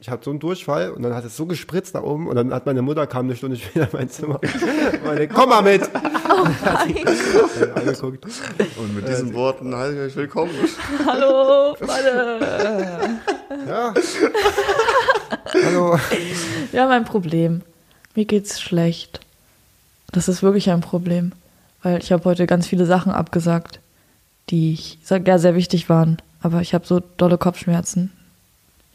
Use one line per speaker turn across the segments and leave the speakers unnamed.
ich hatte so einen Durchfall und dann hat es so gespritzt nach oben und dann hat meine Mutter kam eine Stunde später in mein Zimmer. Meine, komm mal mit!
Oh mein Gott.
Äh, angeguckt.
Und mit diesen Worten heiße ich euch willkommen.
Hallo, Malle.
Ja. Hallo.
Wir haben ein Problem. Mir geht's schlecht. Das ist wirklich ein Problem, weil ich habe heute ganz viele Sachen abgesagt, die ich sag- ja sehr wichtig waren, aber ich habe so dolle Kopfschmerzen.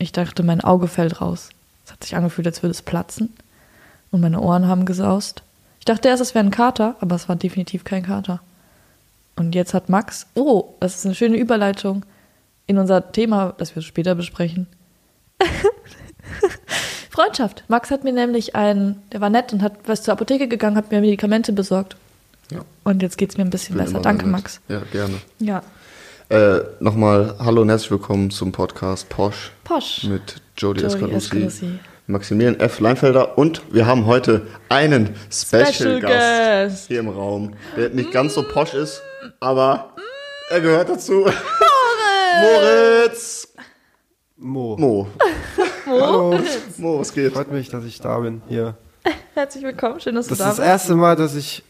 Ich dachte, mein Auge fällt raus. Es hat sich angefühlt, als würde es platzen und meine Ohren haben gesaust. Ich dachte erst, es wäre ein Kater, aber es war definitiv kein Kater. Und jetzt hat Max, oh, das ist eine schöne Überleitung in unser Thema, das wir später besprechen. Freundschaft. Max hat mir nämlich einen, der war nett und hat was zur Apotheke gegangen, hat mir Medikamente besorgt.
Ja.
Und jetzt geht's mir ein bisschen besser.
Immer
Danke,
nett.
Max.
Ja, gerne.
Ja.
Äh, Nochmal hallo und herzlich willkommen zum Podcast Posch
Posch.
mit Jody
Jody
Escalusi,
Escalusi.
Maximilian F. Leinfelder und wir haben heute einen Special,
Special
Gast,
Guest.
hier im Raum, der nicht ganz so posch ist, aber er gehört dazu. Moritz!
Mo.
Mo,
Hallo.
Mo, was geht?
Freut mich, dass ich da bin hier.
Herzlich willkommen, schön, dass
Das
du
ist
da
das
bist.
erste Mal, dass ich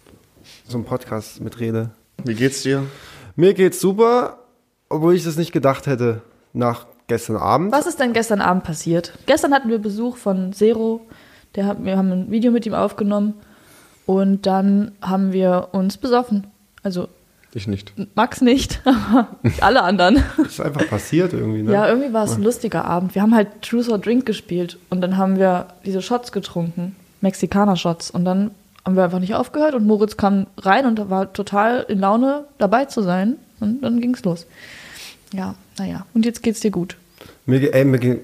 so einen Podcast mitrede.
Wie geht's dir?
Mir geht's super, obwohl ich das nicht gedacht hätte nach gestern Abend.
Was ist denn gestern Abend passiert? Gestern hatten wir Besuch von Zero. Der hat, wir haben ein Video mit ihm aufgenommen und dann haben wir uns besoffen. Also
Ich nicht.
Max nicht, aber alle anderen.
Das ist einfach passiert irgendwie, ne?
Ja, irgendwie war es ein lustiger Abend. Wir haben halt Truth or Drink gespielt und dann haben wir diese Shots getrunken, Mexikaner-Shots. Und dann haben wir einfach nicht aufgehört und Moritz kam rein und war total in Laune, dabei zu sein. Und dann ging's los. Ja, naja. Und jetzt geht's dir gut.
Mir, ge- ey, mir, ging,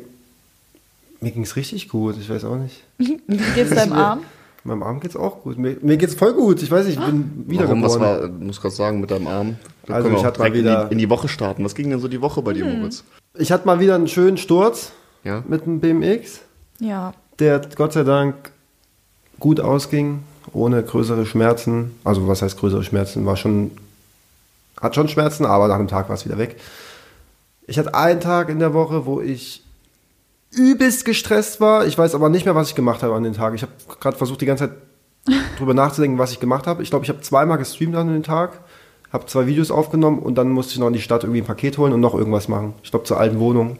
mir ging's richtig gut, ich weiß auch nicht.
Wie geht's deinem Arm?
Meinem Arm geht's auch gut. Mir, mir geht's voll gut. Ich weiß, nicht, ich bin
Warum, was
wiedergeboren.
war, äh, muss gerade sagen, mit deinem Arm? Da
Also
können wir
ich
auch
hatte mal
direkt in
wieder-
die, in die Woche starten. Was ging denn so die Woche bei
Hm.
dir, Moritz?
Ich hatte mal wieder einen schönen Sturz
Ja.
mit dem BMX,
Ja.
der Gott sei Dank gut ausging, ohne größere Schmerzen. Also was heißt größere Schmerzen? War schon, hat schon Schmerzen, aber nach einem Tag war es wieder weg. Ich hatte einen Tag in der Woche, wo ich übelst gestresst war. Ich weiß aber nicht mehr, was ich gemacht habe an den Tag. Ich habe gerade versucht, die ganze Zeit drüber nachzudenken, was ich gemacht habe. Ich glaube, ich habe zweimal gestreamt an dem Tag, habe zwei Videos aufgenommen und dann musste ich noch in die Stadt irgendwie ein Paket holen und noch irgendwas machen. Ich glaube, zur alten Wohnung.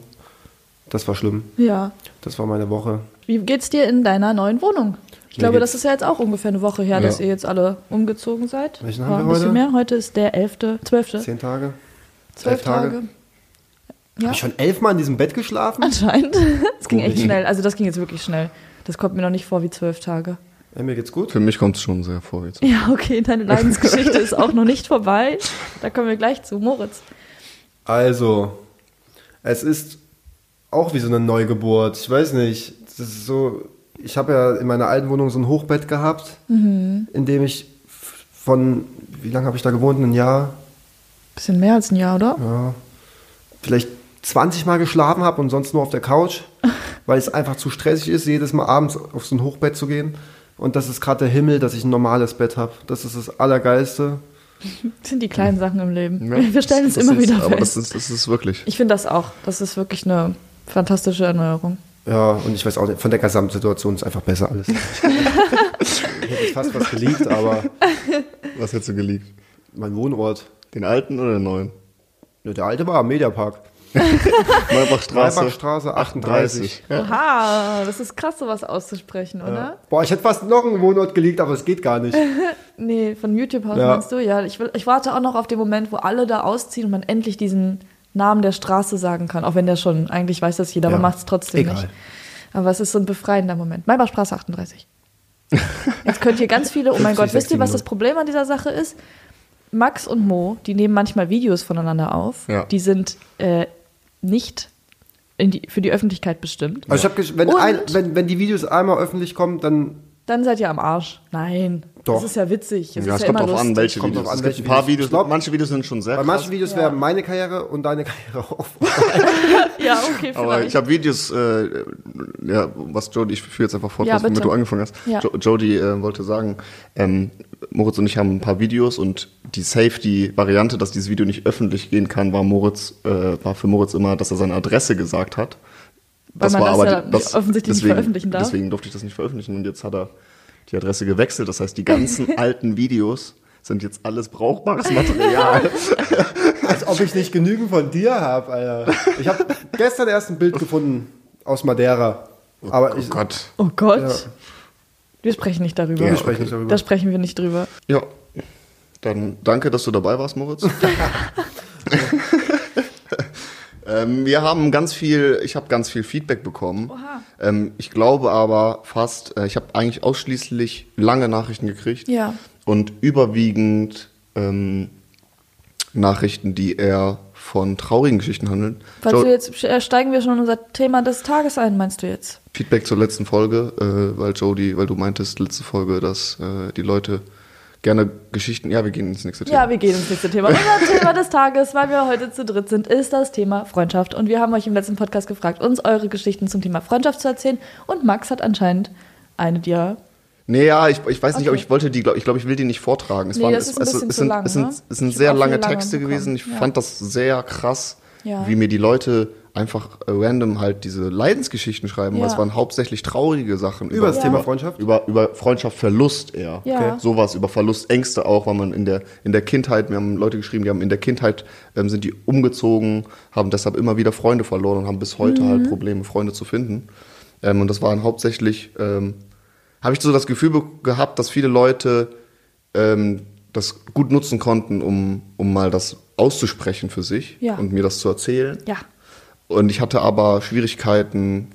Das war schlimm.
Ja.
Das war meine Woche.
Wie geht's dir in deiner neuen Wohnung? Ich
Mir
glaube,
geht's-
das ist ja jetzt auch ungefähr eine Woche her,
Ja.
dass ihr jetzt alle umgezogen seid.
Welchen
War
haben wir
ein bisschen
heute?
mehr. Heute ist der 11., 12.,
Zehn Tage.
12
elf Tage.
Tage.
Hab
Ja.
ich schon elfmal in diesem Bett geschlafen?
Anscheinend. Es ging echt
Komisch.
schnell. Also das ging jetzt wirklich schnell. Das kommt mir noch nicht vor wie zwölf Tage.
Ey, mir geht's gut.
Für mich kommt es schon sehr vor jetzt.
Ja, okay, deine Leidensgeschichte ist auch noch nicht vorbei. Da kommen wir gleich zu. Moritz.
Also, es ist auch wie so eine Neugeburt. Ich weiß nicht. Das ist so. Ich habe ja in meiner alten Wohnung so ein Hochbett gehabt, in dem ich f- von wie lange habe ich da gewohnt? Ein Jahr,
Bisschen mehr als ein Jahr, oder?
ja, vielleicht 20 Mal geschlafen habe und sonst nur auf der Couch, weil es einfach zu stressig ist, jedes Mal abends auf so ein Hochbett zu gehen. Und das ist gerade der Himmel, dass ich ein normales Bett habe. Das ist das Allergeilste.
Das sind die kleinen Sachen im Leben. wir stellen es
Das
immer
ist,
wieder
Aber
fest.
das ist, das ist wirklich.
Ich finde das auch. Das ist wirklich eine fantastische Erneuerung.
Ja, und ich weiß auch nicht, von der Gesamtsituation ist einfach besser alles. ich hätte fast was geliebt, aber
Was hättest du geliebt?
mein Wohnort,
Den alten oder den neuen?
ja, der alte war am Mediapark.
Neubachstraße.
Neubachstraße 38.
38.
Oha, das ist krass, sowas auszusprechen, oder?
Boah, ich hätte fast noch einen Wohnort geliebt, aber es geht gar nicht.
Nee, von YouTube aus
Ja.
meinst du? Ja, ich, will, ich warte auch noch auf den Moment, wo alle da ausziehen und man endlich diesen Namen der Straße sagen kann. Auch wenn der schon, eigentlich weiß das jeder,
Ja.
aber macht es trotzdem
Egal.
nicht. Aber es ist so ein befreiender Moment. Maybachstraße 38. Jetzt könnt ihr ganz viele, oh mein
50,
Gott, wisst ihr, was das
60
Problem an dieser Sache ist? Max und Mo, die nehmen manchmal Videos voneinander auf.
Ja.
Die sind äh, nicht in die, für die Öffentlichkeit bestimmt.
Also ich habe, gesch- wenn,
Und?
ein, wenn, wenn die Videos einmal öffentlich kommen, dann
Dann seid ihr am Arsch. Nein.
Doch.
Das ist ja witzig. Das
Ja,
ist
es
ja
kommt
immer
drauf an,
lustig.
welche
Kommt
Videos.
drauf an,
es gibt
welche
ein paar
Videos. Ich
Videos.
glaub-
manche Videos sind schon sehr
bei manchen
krass.
Videos
Ja.
wäre meine Karriere und deine Karriere auf.
Ja, okay, vielleicht.
Aber ich habe Videos, äh, ja, was Jody, ich führe jetzt einfach fort,
Ja,
was, womit
bitte.
du angefangen hast.
Ja.
Jo Jody äh, wollte sagen, ähm, Moritz und ich haben ein paar Videos und die Safety-Variante, dass dieses Video nicht öffentlich gehen kann, war Moritz, äh, war für Moritz immer, dass er seine Adresse gesagt hat.
weil
das
man
war
das
aber
ja
die,
nicht-
das,
offensichtlich
deswegen,
nicht veröffentlichen darf.
Deswegen durfte ich das nicht veröffentlichen und jetzt hat er die Adresse gewechselt. Das heißt, die ganzen alten Videos sind jetzt alles brauchbares Material.
Als ob ich nicht genügend von dir habe, Alter. Ich habe gestern erst ein Bild gefunden aus Madeira. Aber ich,
Gott.
Oh
ja,
Gott. Wir sprechen nicht darüber.
wir
Ja.
sprechen nicht darüber.
Da sprechen wir nicht drüber.
Ja. Dann danke, dass du dabei warst, Moritz. ähm, wir haben ganz viel, ich habe ganz viel Feedback bekommen.
Oha.
Ähm, ich glaube aber fast, äh, ich habe eigentlich ausschließlich lange Nachrichten gekriegt.
Ja.
Und überwiegend ähm, Nachrichten, die eher von traurigen Geschichten handeln.
Falls
Joe,
du jetzt äh, steigen wir schon in unser Thema des Tages ein, meinst du jetzt?
Feedback zur letzten Folge, äh, weil Jody, weil du meintest letzte Folge, dass äh, die Leute gerne Geschichten. Ja, wir gehen ins nächste Thema.
Ja, wir gehen ins nächste Thema. Unser Thema des Tages, weil wir heute zu dritt sind, ist das Thema Freundschaft. Und wir haben euch im letzten Podcast gefragt, uns eure Geschichten zum Thema Freundschaft zu erzählen. Und Max hat anscheinend eine, die er.
Nee, ja, ich, ich weiß nicht, ob
Okay.
ich wollte die, glaub, ich glaube, ich will die nicht vortragen. Es
Nee,
waren,
das ist ein
es,
bisschen
es
zu
sind,
lang,
es sind,
ne?
es sind
Ich hab
sehr
auch
lange
viele lange
Texte
bekommen,
gewesen. Ich
ja.
fand das sehr krass,
Ja.
wie mir die Leute einfach äh, random halt diese Leidensgeschichten schreiben, weil es
Ja.
waren hauptsächlich traurige Sachen.
Über das
Ja.
Thema Freundschaft?
Über, über Freundschaft, Verlust eher.
Ja. Okay.
Sowas, über Verlustängste auch, weil man in der, in der Kindheit, wir haben Leute geschrieben, die haben in der Kindheit, ähm, sind die umgezogen, haben deshalb immer wieder Freunde verloren und haben bis heute
Mhm.
halt Probleme, Freunde zu finden. Ähm, und das waren hauptsächlich, ähm, habe ich so das Gefühl be- gehabt, dass viele Leute ähm, das gut nutzen konnten, um, um mal das auszusprechen für sich
Ja.
und mir das zu erzählen.
Ja.
Und ich hatte aber Schwierigkeiten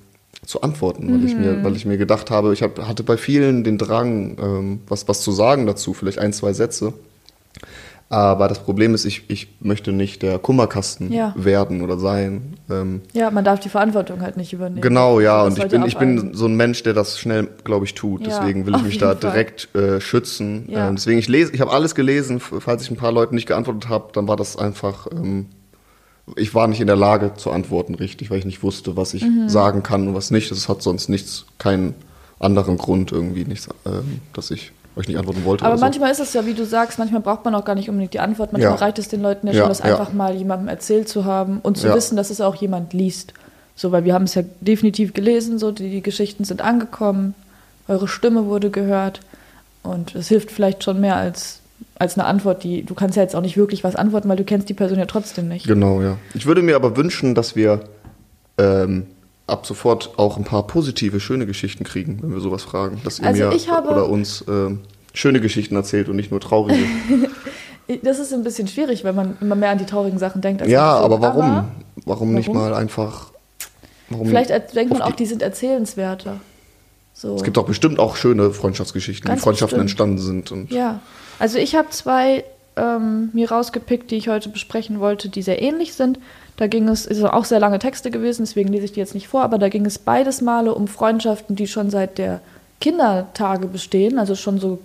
zu antworten, weil, ich,
Mhm.
mir, weil ich mir gedacht habe, ich hab, hatte bei vielen den Drang, ähm, was, was zu sagen dazu, vielleicht ein, zwei Sätze. Aber das Problem ist, ich, ich möchte nicht der Kummerkasten
Ja.
werden oder sein. Ähm,
Ja, man darf die Verantwortung halt nicht übernehmen.
Genau, ja.
Das
Und ich
sollte
bin, ich
abeilen.
bin so ein Mensch, der das schnell, glaube ich, tut.
Ja,
deswegen will ich
auf
mich da
jeden Fall.
direkt äh, schützen.
Ja.
Ähm, deswegen, ich lese, ich habe alles gelesen. F- Falls ich ein paar Leuten nicht geantwortet habe, dann war das einfach. Ähm, ich war nicht in der Lage zu antworten, richtig, weil ich nicht wusste, was ich
Mhm.
sagen kann und was nicht. Das hat sonst nichts, keinen anderen Grund irgendwie, nichts, ähm, dass ich euch nicht antworten wollte.
Aber
oder so.
manchmal ist es ja, wie du sagst, manchmal braucht man auch gar nicht unbedingt die Antwort. Manchmal
Also Ja.
reicht es den Leuten ja,
Ja,
schon, das
ja.
einfach mal jemandem erzählt zu haben und zu
Ja.
wissen, dass es auch jemand liest. So, weil wir haben es ja definitiv gelesen, so die, die Geschichten sind angekommen, eure Stimme wurde gehört und es hilft vielleicht schon mehr als, als eine Antwort, die du kannst ja jetzt auch nicht wirklich was antworten, weil du kennst die Person ja trotzdem nicht.
Genau, ja. Ich würde mir aber wünschen, dass wir ähm, ab sofort auch ein paar positive, schöne Geschichten kriegen, wenn wir sowas fragen. Dass ihr
Also
mir
ich habe-
oder uns ähm, schöne Geschichten erzählt und nicht nur traurige.
Das ist ein bisschen schwierig, weil man immer mehr an die traurigen Sachen denkt. als
ja,
an die
aber
schönen.
warum? warum? nicht
warum?
mal einfach. Warum
vielleicht er- denkt man
auf
auch, die sind erzählenswerter. So.
Es gibt doch bestimmt auch schöne Freundschaftsgeschichten,
Ganz
die Freundschaften
bestimmt.
entstanden sind. Und
Ja, also ich habe zwei ähm, mir rausgepickt, die ich heute besprechen wollte, die sehr ähnlich sind. Da ging es, ist auch sehr lange Texte gewesen, deswegen lese ich die jetzt nicht vor, aber da ging es beides Male um Freundschaften, die schon seit der Kindertage bestehen, also schon so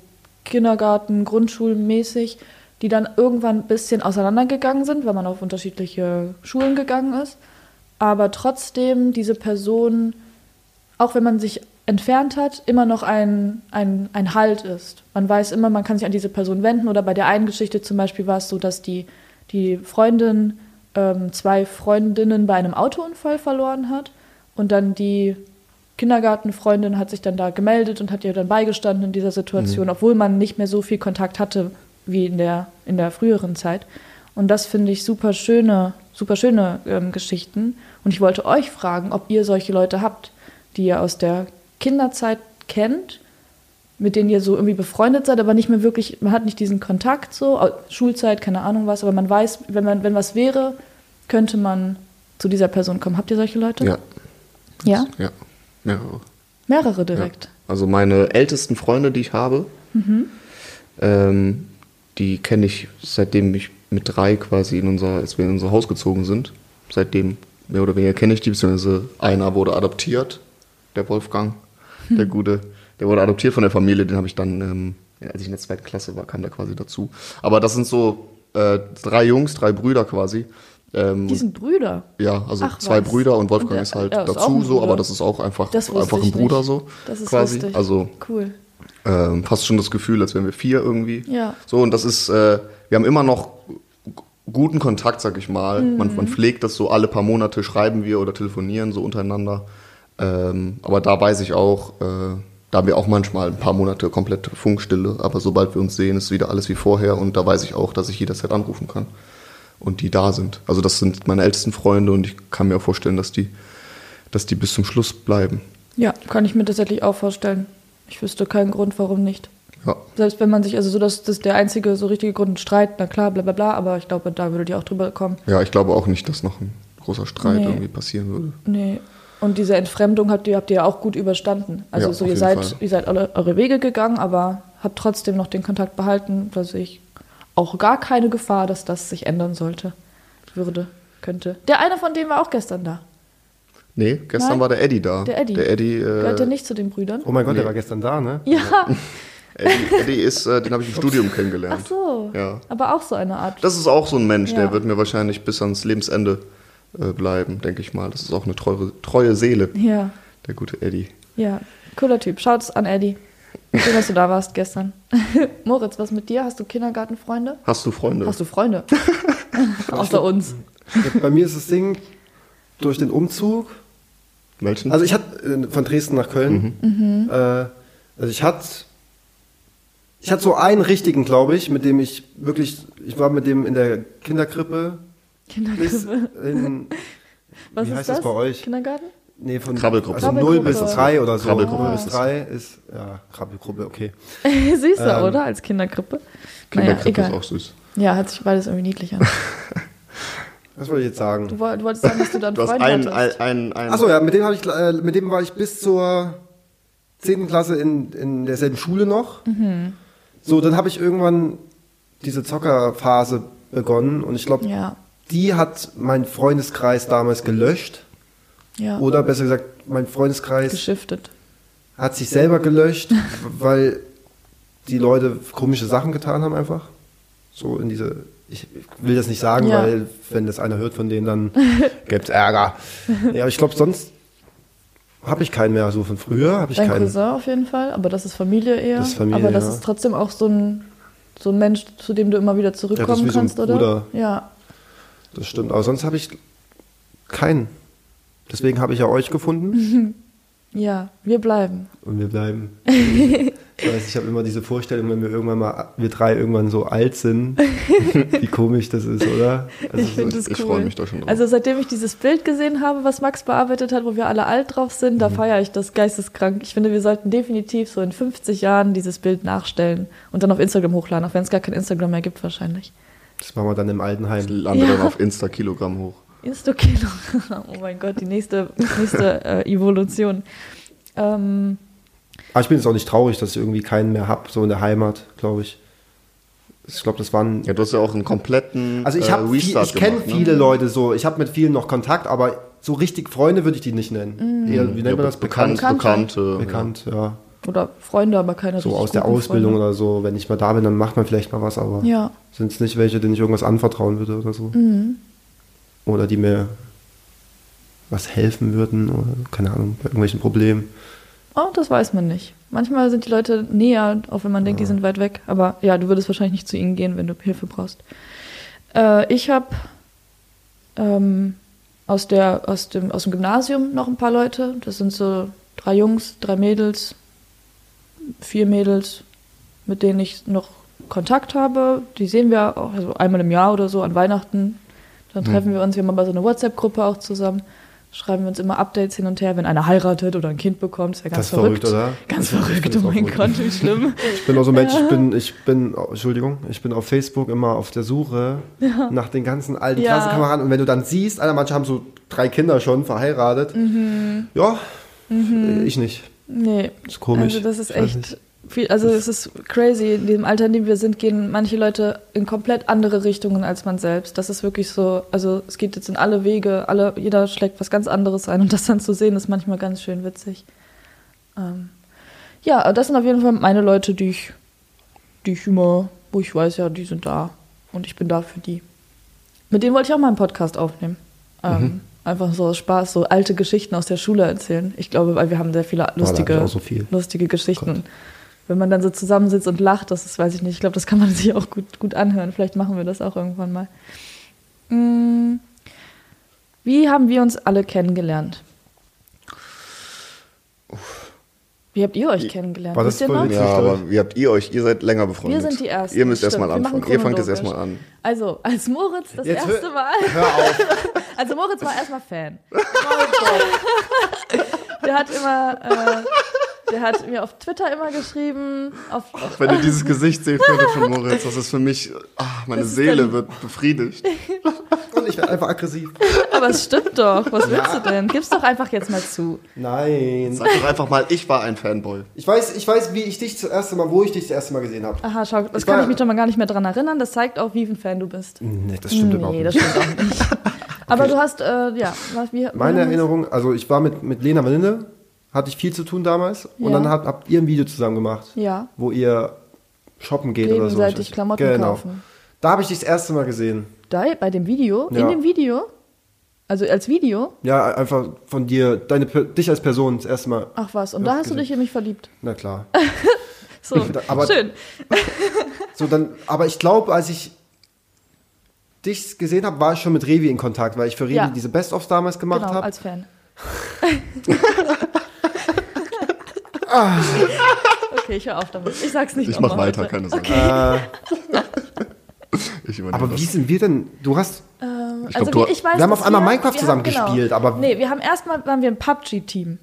Kindergarten, Grundschulmäßig, die dann irgendwann ein bisschen auseinandergegangen sind, weil man auf unterschiedliche Schulen gegangen ist. Aber trotzdem diese Personen auch wenn man sich entfernt hat, immer noch ein, ein, ein Halt ist. Man weiß immer, man kann sich an diese Person wenden. Oder bei der einen Geschichte zum Beispiel war es so, dass die, die Freundin ähm, zwei Freundinnen bei einem Autounfall verloren hat und dann die Kindergartenfreundin hat sich dann da gemeldet und hat ihr dann beigestanden in dieser Situation, obwohl man nicht mehr so viel Kontakt hatte wie in der, in der früheren Zeit. Und das finde ich super schöne, super schöne ähm, Geschichten. Und ich wollte euch fragen, ob ihr solche Leute habt, die ihr aus der Kinderzeit kennt, mit denen ihr so irgendwie befreundet seid, aber nicht mehr wirklich, man hat nicht diesen Kontakt so, au- Schulzeit, keine Ahnung was, aber man weiß, wenn man, wenn was wäre, könnte man zu dieser Person kommen. Habt ihr solche Leute?
ja,
Ja?
ja, mehrere.
Mehrere direkt.
Ja. Also meine ältesten Freunde, die ich habe, ähm, die kenne ich seitdem ich mit drei quasi in unser, als wir in unser Haus gezogen sind. Seitdem mehr oder weniger kenne ich die, beziehungsweise einer wurde adoptiert, der Wolfgang,
Hm.
der gute, der wurde adoptiert von der Familie, den habe ich dann, ähm, als ich in der zweiten Klasse war, kam der quasi dazu. Aber das sind so äh, drei Jungs, drei Brüder quasi. Ähm,
Die sind Brüder.
ja, also
Ach,
zwei
was.
Brüder und Wolfgang
Und der-
ist halt
ja, ist auch
dazu
ein
so, aber
Bruder.
das ist auch einfach,
Das wusste
einfach ein
ich
Bruder
nicht.
so.
Das ist
quasi.
lustig.
Also
cool.
ähm, fast schon das Gefühl, als wären wir vier irgendwie.
Ja.
So, und das ist, äh, wir haben immer noch g- guten Kontakt, sag ich mal. Man, man pflegt das so alle paar Monate, schreiben wir oder telefonieren so untereinander. Ähm, aber da weiß ich auch, äh, da haben wir auch manchmal ein paar Monate komplett Funkstille, aber sobald wir uns sehen, ist wieder alles wie vorher und da weiß ich auch, dass ich jederzeit anrufen kann und die da sind. Also das sind meine ältesten Freunde und ich kann mir auch vorstellen, dass die, dass die bis zum Schluss bleiben.
Ja, kann ich mir tatsächlich auch vorstellen. Ich wüsste keinen Grund, warum nicht.
Ja.
Selbst wenn man sich, also so, dass das der einzige so richtige Grund ein Streit, na klar, bla bla bla, aber ich glaube, da würdet ihr auch drüber kommen.
Ja, ich glaube auch nicht, dass noch ein großer Streit
Nee.
irgendwie passieren würde.
Nee. Und diese Entfremdung habt ihr, habt ihr ja auch gut überstanden. Also
Ja,
so,
auf
ihr
jeden
seid,
Fall.
ihr seid alle eure Wege gegangen, aber habt trotzdem noch den Kontakt behalten, dass ich auch gar keine Gefahr, dass das sich ändern sollte, würde, könnte. Der eine von denen war auch gestern da.
Nee, gestern
Nein.
war der Eddie da.
Der Eddie.
Der Eddie,
Gehört der
äh,
nicht zu den Brüdern?
Oh mein Gott, der
Nee.
war gestern da, ne?
ja,
Eddie, Eddie ist, äh, den habe ich im Studium
ach
kennengelernt.
so.
Ja.
Aber auch so eine Art.
Das ist auch so ein Mensch,
Ja.
der wird mir wahrscheinlich bis ans Lebensende äh, bleiben, denke ich mal. Das ist auch eine treue, treue Seele,
ja,
der gute Eddie.
ja. Cooler Typ. Schaut's an, Eddie. Schön, dass du da warst gestern. Moritz, was mit dir? Hast du Kindergartenfreunde?
Hast du Freunde?
Hast du Freunde? Außer uns.
Bei mir ist das Ding durch den Umzug.
Welchen?
Also ich hatte äh, von Dresden nach Köln.
Mhm.
Äh, also ich hatte ich hatte so einen richtigen, glaube ich, mit dem ich wirklich, ich war mit dem in der Kinderkrippe. Bis
Kindergarten.
in,
Was
Wie
ist
heißt das
das
bei euch?
Kindergarten?
nee, von
Krabbelgruppe.
Also 0 bis
Krabbelgruppe.
3 oder so.
Krabbelgruppe
Null
ist
bis
es.
3 ist, ja, Krabbelgruppe, okay.
Süßer,
Ähm,
oder? Als Kinderkrippe.
Kinderkrippe ist
naja, egal.
auch süß.
Ja, hat sich beides irgendwie niedlich an.
Was wollte ich jetzt sagen?
Du woll- du wolltest sagen, dass du dann
Du hast
Freunde
einen,
hattest.
einen, einen, einen
Achso, ja, mit dem, hab ich, äh, mit dem war ich bis zur 10. Klasse in, in derselben Schule noch.
Mhm.
So, dann habe ich irgendwann diese Zockerphase begonnen und ich glaube,
Ja,
die hat mein Freundeskreis damals gelöscht.
ja.
Oder besser gesagt, mein Freundeskreis
Geschiftet.
hat sich selber gelöscht, weil die Leute komische Sachen getan haben einfach. So in diese, ich will das nicht sagen,
Ja.
weil wenn das einer hört von denen, dann gibt's Ärger. Ja, aber ich glaube, sonst habe ich keinen mehr. So von früher habe ich
Dein
keinen.
Cousin auf jeden Fall, aber das ist Familie eher.
Das ist Familie,
aber das
ja.
ist trotzdem auch so ein, so ein Mensch, zu dem du immer wieder
Ja, das
zurückkommen
ist wie so ein
kannst, oder?
Bruder.
Ja,
Das stimmt. Aber sonst habe ich keinen. Deswegen habe ich ja euch gefunden
ja, wir bleiben.
und wir bleiben. Ich weiß, ich habe immer diese Vorstellung, wenn wir irgendwann mal, wir drei irgendwann so alt sind, wie komisch das ist, oder? Also
ich finde das
ich
cool.
freu mich da schon drauf.
Also seitdem ich dieses Bild gesehen habe, was Max bearbeitet hat, wo wir alle alt drauf sind,
Mhm.
da feiere ich das geisteskrank. Ich finde, wir sollten definitiv so in 50 Jahren dieses Bild nachstellen und dann auf Instagram hochladen, auch wenn es gar kein Instagram mehr gibt wahrscheinlich.
Das machen wir dann im Altenheim.
landet
Ja.
dann auf Insta Kilogramm hoch.
Insta-Kilo. oh mein Gott, die nächste, nächste äh, Evolution. Ähm,
Aber ich bin jetzt auch nicht traurig, dass ich irgendwie keinen mehr habe, so in der Heimat, glaube ich. Ich glaube, das waren.
Ja, du hast ja auch einen kompletten
also ich habe,
äh,
viel,
Restart
ich kenne
gemacht, ne?
viele Leute so. Ich habe mit vielen noch Kontakt, aber so richtig Freunde würde ich die nicht
Mhm.
nennen. Eher, wie nennt
Ja,
man das?
Bekannt, äh,
Bekannt.
Bekannte.
Bekannt, ja.
oder Freunde, aber keine
So
richtig
aus der
guten
Ausbildung
Freunde.
oder so. Wenn ich mal da bin, dann macht man vielleicht mal was, aber
Ja. Mhm.
sind es nicht welche, denen ich irgendwas anvertrauen würde oder so. Oder die mir was helfen würden oder keine Ahnung, bei irgendwelchen Problemen.
Oh, das weiß man nicht. Manchmal sind die Leute näher, auch wenn man denkt, die sind weit weg. Aber ja, du würdest wahrscheinlich nicht zu ihnen gehen, wenn du Hilfe brauchst. Äh, ich habe ähm, aus, der- aus, dem, aus dem Gymnasium noch ein paar Leute. Das sind so drei Jungs, drei Mädels, vier Mädels, mit denen ich noch Kontakt habe. Die sehen wir auch also einmal im Jahr oder so an Weihnachten. Dann
Mhm.
treffen wir uns, wir haben aber so eine WhatsApp-Gruppe auch zusammen. Schreiben wir uns immer Updates hin und her, wenn einer heiratet oder ein Kind bekommt. Ist ja ganz
Das ist verrückt, oder?
Ganz
Ich
verrückt,
find's
oh
auch
mein
gut.
Gott, wie schlimm.
Ich bin auch so ein Mensch, ich bin, ich bin, oh, Entschuldigung, ich bin auf Facebook immer auf der Suche nach den ganzen alten
Ja.
Klassenkameraden. Und wenn du dann siehst, Alter, manche haben so drei Kinder schon verheiratet.
Mhm.
Ja, ich nicht.
Nee,
Ist komisch.
Mhm. Also das ist
Ich weiß
echt
nicht.
viel, also es ist crazy. In dem Alter, in dem wir sind, gehen manche Leute in komplett andere Richtungen als man selbst. Das ist wirklich so, also es geht jetzt in alle Wege, alle, jeder schlägt was ganz anderes ein und das dann zu sehen, ist manchmal ganz schön witzig. Ähm, ja, aber das sind auf jeden Fall meine Leute, die ich, die ich immer, wo ich weiß, ja, die sind da und ich bin da für die. Mit denen wollte ich auch mal einen Podcast aufnehmen. Ähm,
Mhm.
Einfach so aus Spaß, so alte Geschichten aus der Schule erzählen. Ich glaube, weil wir haben sehr viele
da hab ich
lustige,
auch so viel. Oh
lustige Geschichten. Wenn man dann so zusammensitzt und lacht, das ist, weiß ich nicht, ich glaube, das kann man sich auch gut, gut anhören. Vielleicht machen wir das auch irgendwann mal. Mm. Wie haben wir uns alle kennengelernt? Wie habt ihr euch kennengelernt?
War das
Wisst ihr
voll
noch?
witzig?
Ja, aber wie habt ihr euch? Ihr seid länger
Wir
befreundet.
sind die Ersten.
Ihr müsst
stimmt.
erstmal
Wir machen
anfangen. Ihr fangt jetzt
chronologisch.
erstmal an.
Also, als Moritz das
Jetzt
erste
hör-
Mal.
Hör auf.
Also, Moritz war erstmal Fan. der hat immer. Äh, der hat mir auf Twitter immer geschrieben. Auf,
Wenn ihr dieses Gesicht seht könntet von Moritz, das ist für mich, ach, meine Seele wird befriedigt.
Und ich werde einfach aggressiv.
aber es stimmt doch. Was willst du denn? Gib's doch einfach jetzt mal zu.
Nein.
Sag doch einfach mal, ich war ein Fanboy.
Ich weiß, ich weiß, wie ich dich das erste Mal, wo ich dich das erste Mal gesehen habe.
Aha, schau, das
Ich
kann
war-
ich mich doch mal gar nicht mehr dran erinnern. Das zeigt auch, wie ein Fan du bist.
Nee, das stimmt überhaupt
nee,
nicht.
das stimmt auch nicht. Aber du hast, äh, ja, was wir.
Meine Erinnerung, also ich war mit, mit Lena Vanille, hatte ich viel zu tun damals. Und
Ja.
dann habt, habt ihr ein Video zusammen gemacht,
Ja.
wo ihr shoppen geht oder so.
Gegenseitig Klamotten
genau.
kaufen.
Da habe ich dich das erste Mal gesehen.
Da, bei dem Video? In
Ja.
dem Video? Also als Video?
Ja, einfach von dir, deine, Per- dich als Person das erste Mal.
Ach was, und
Ja,
da hast du
gesehen.
dich in mich verliebt.
Na klar.
So,
Aber-
schön.
So, dann, aber ich glaube, als ich dich gesehen habe, war ich schon mit Revi in Kontakt, weil ich für Revi
Ja.
diese Best-ofs damals gemacht
Genau,
habe.
als Fan. okay, ich höre auf damit. Ich sag's nicht
Ich
nochmal
mach weiter,
heute.
keine Sorge. Ich übernehme
Aber
das.
wie sind wir denn? Du hast.
Ähm,
Ich
also
glaub,
wie,
du-
ich weiß,
wir haben
dass
auf einmal Minecraft
wir
zusammen
haben, genau,
gespielt, aber-
Nee, wir haben erstmal waren wir ein PUBG-Team.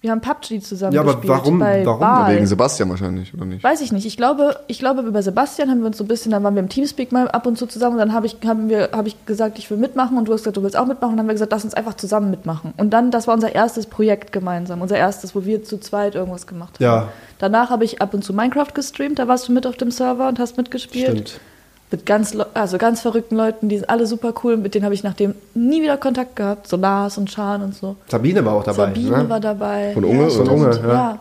Wir haben PUBG zusammen
Ja, aber
gespielt.
warum-
Bei
warum?
Baal.
Wegen Sebastian wahrscheinlich, oder nicht?
Weiß ich nicht. Ich glaube, ich glaube, über Sebastian haben wir uns so ein bisschen, dann waren wir im Teamspeak mal ab und zu zusammen und dann habe ich, haben wir, habe ich gesagt, ich will mitmachen und du hast gesagt, du willst auch mitmachen und dann haben wir gesagt, lass uns einfach zusammen mitmachen. Und dann, das war unser erstes Projekt gemeinsam, unser erstes, wo wir zu zweit irgendwas gemacht haben.
Ja.
Danach habe ich ab und zu Minecraft gestreamt, da warst du mit auf dem Server und hast mitgespielt.
Stimmt.
Mit ganz, Leu- also ganz verrückten Leuten, die sind alle super cool, mit denen habe ich nachdem nie wieder Kontakt gehabt. So Lars und Schan und so.
Sabine war auch dabei.
Sabine
ne?
war dabei.
Von
Von
Unge,
stimmt.
Unge, ja.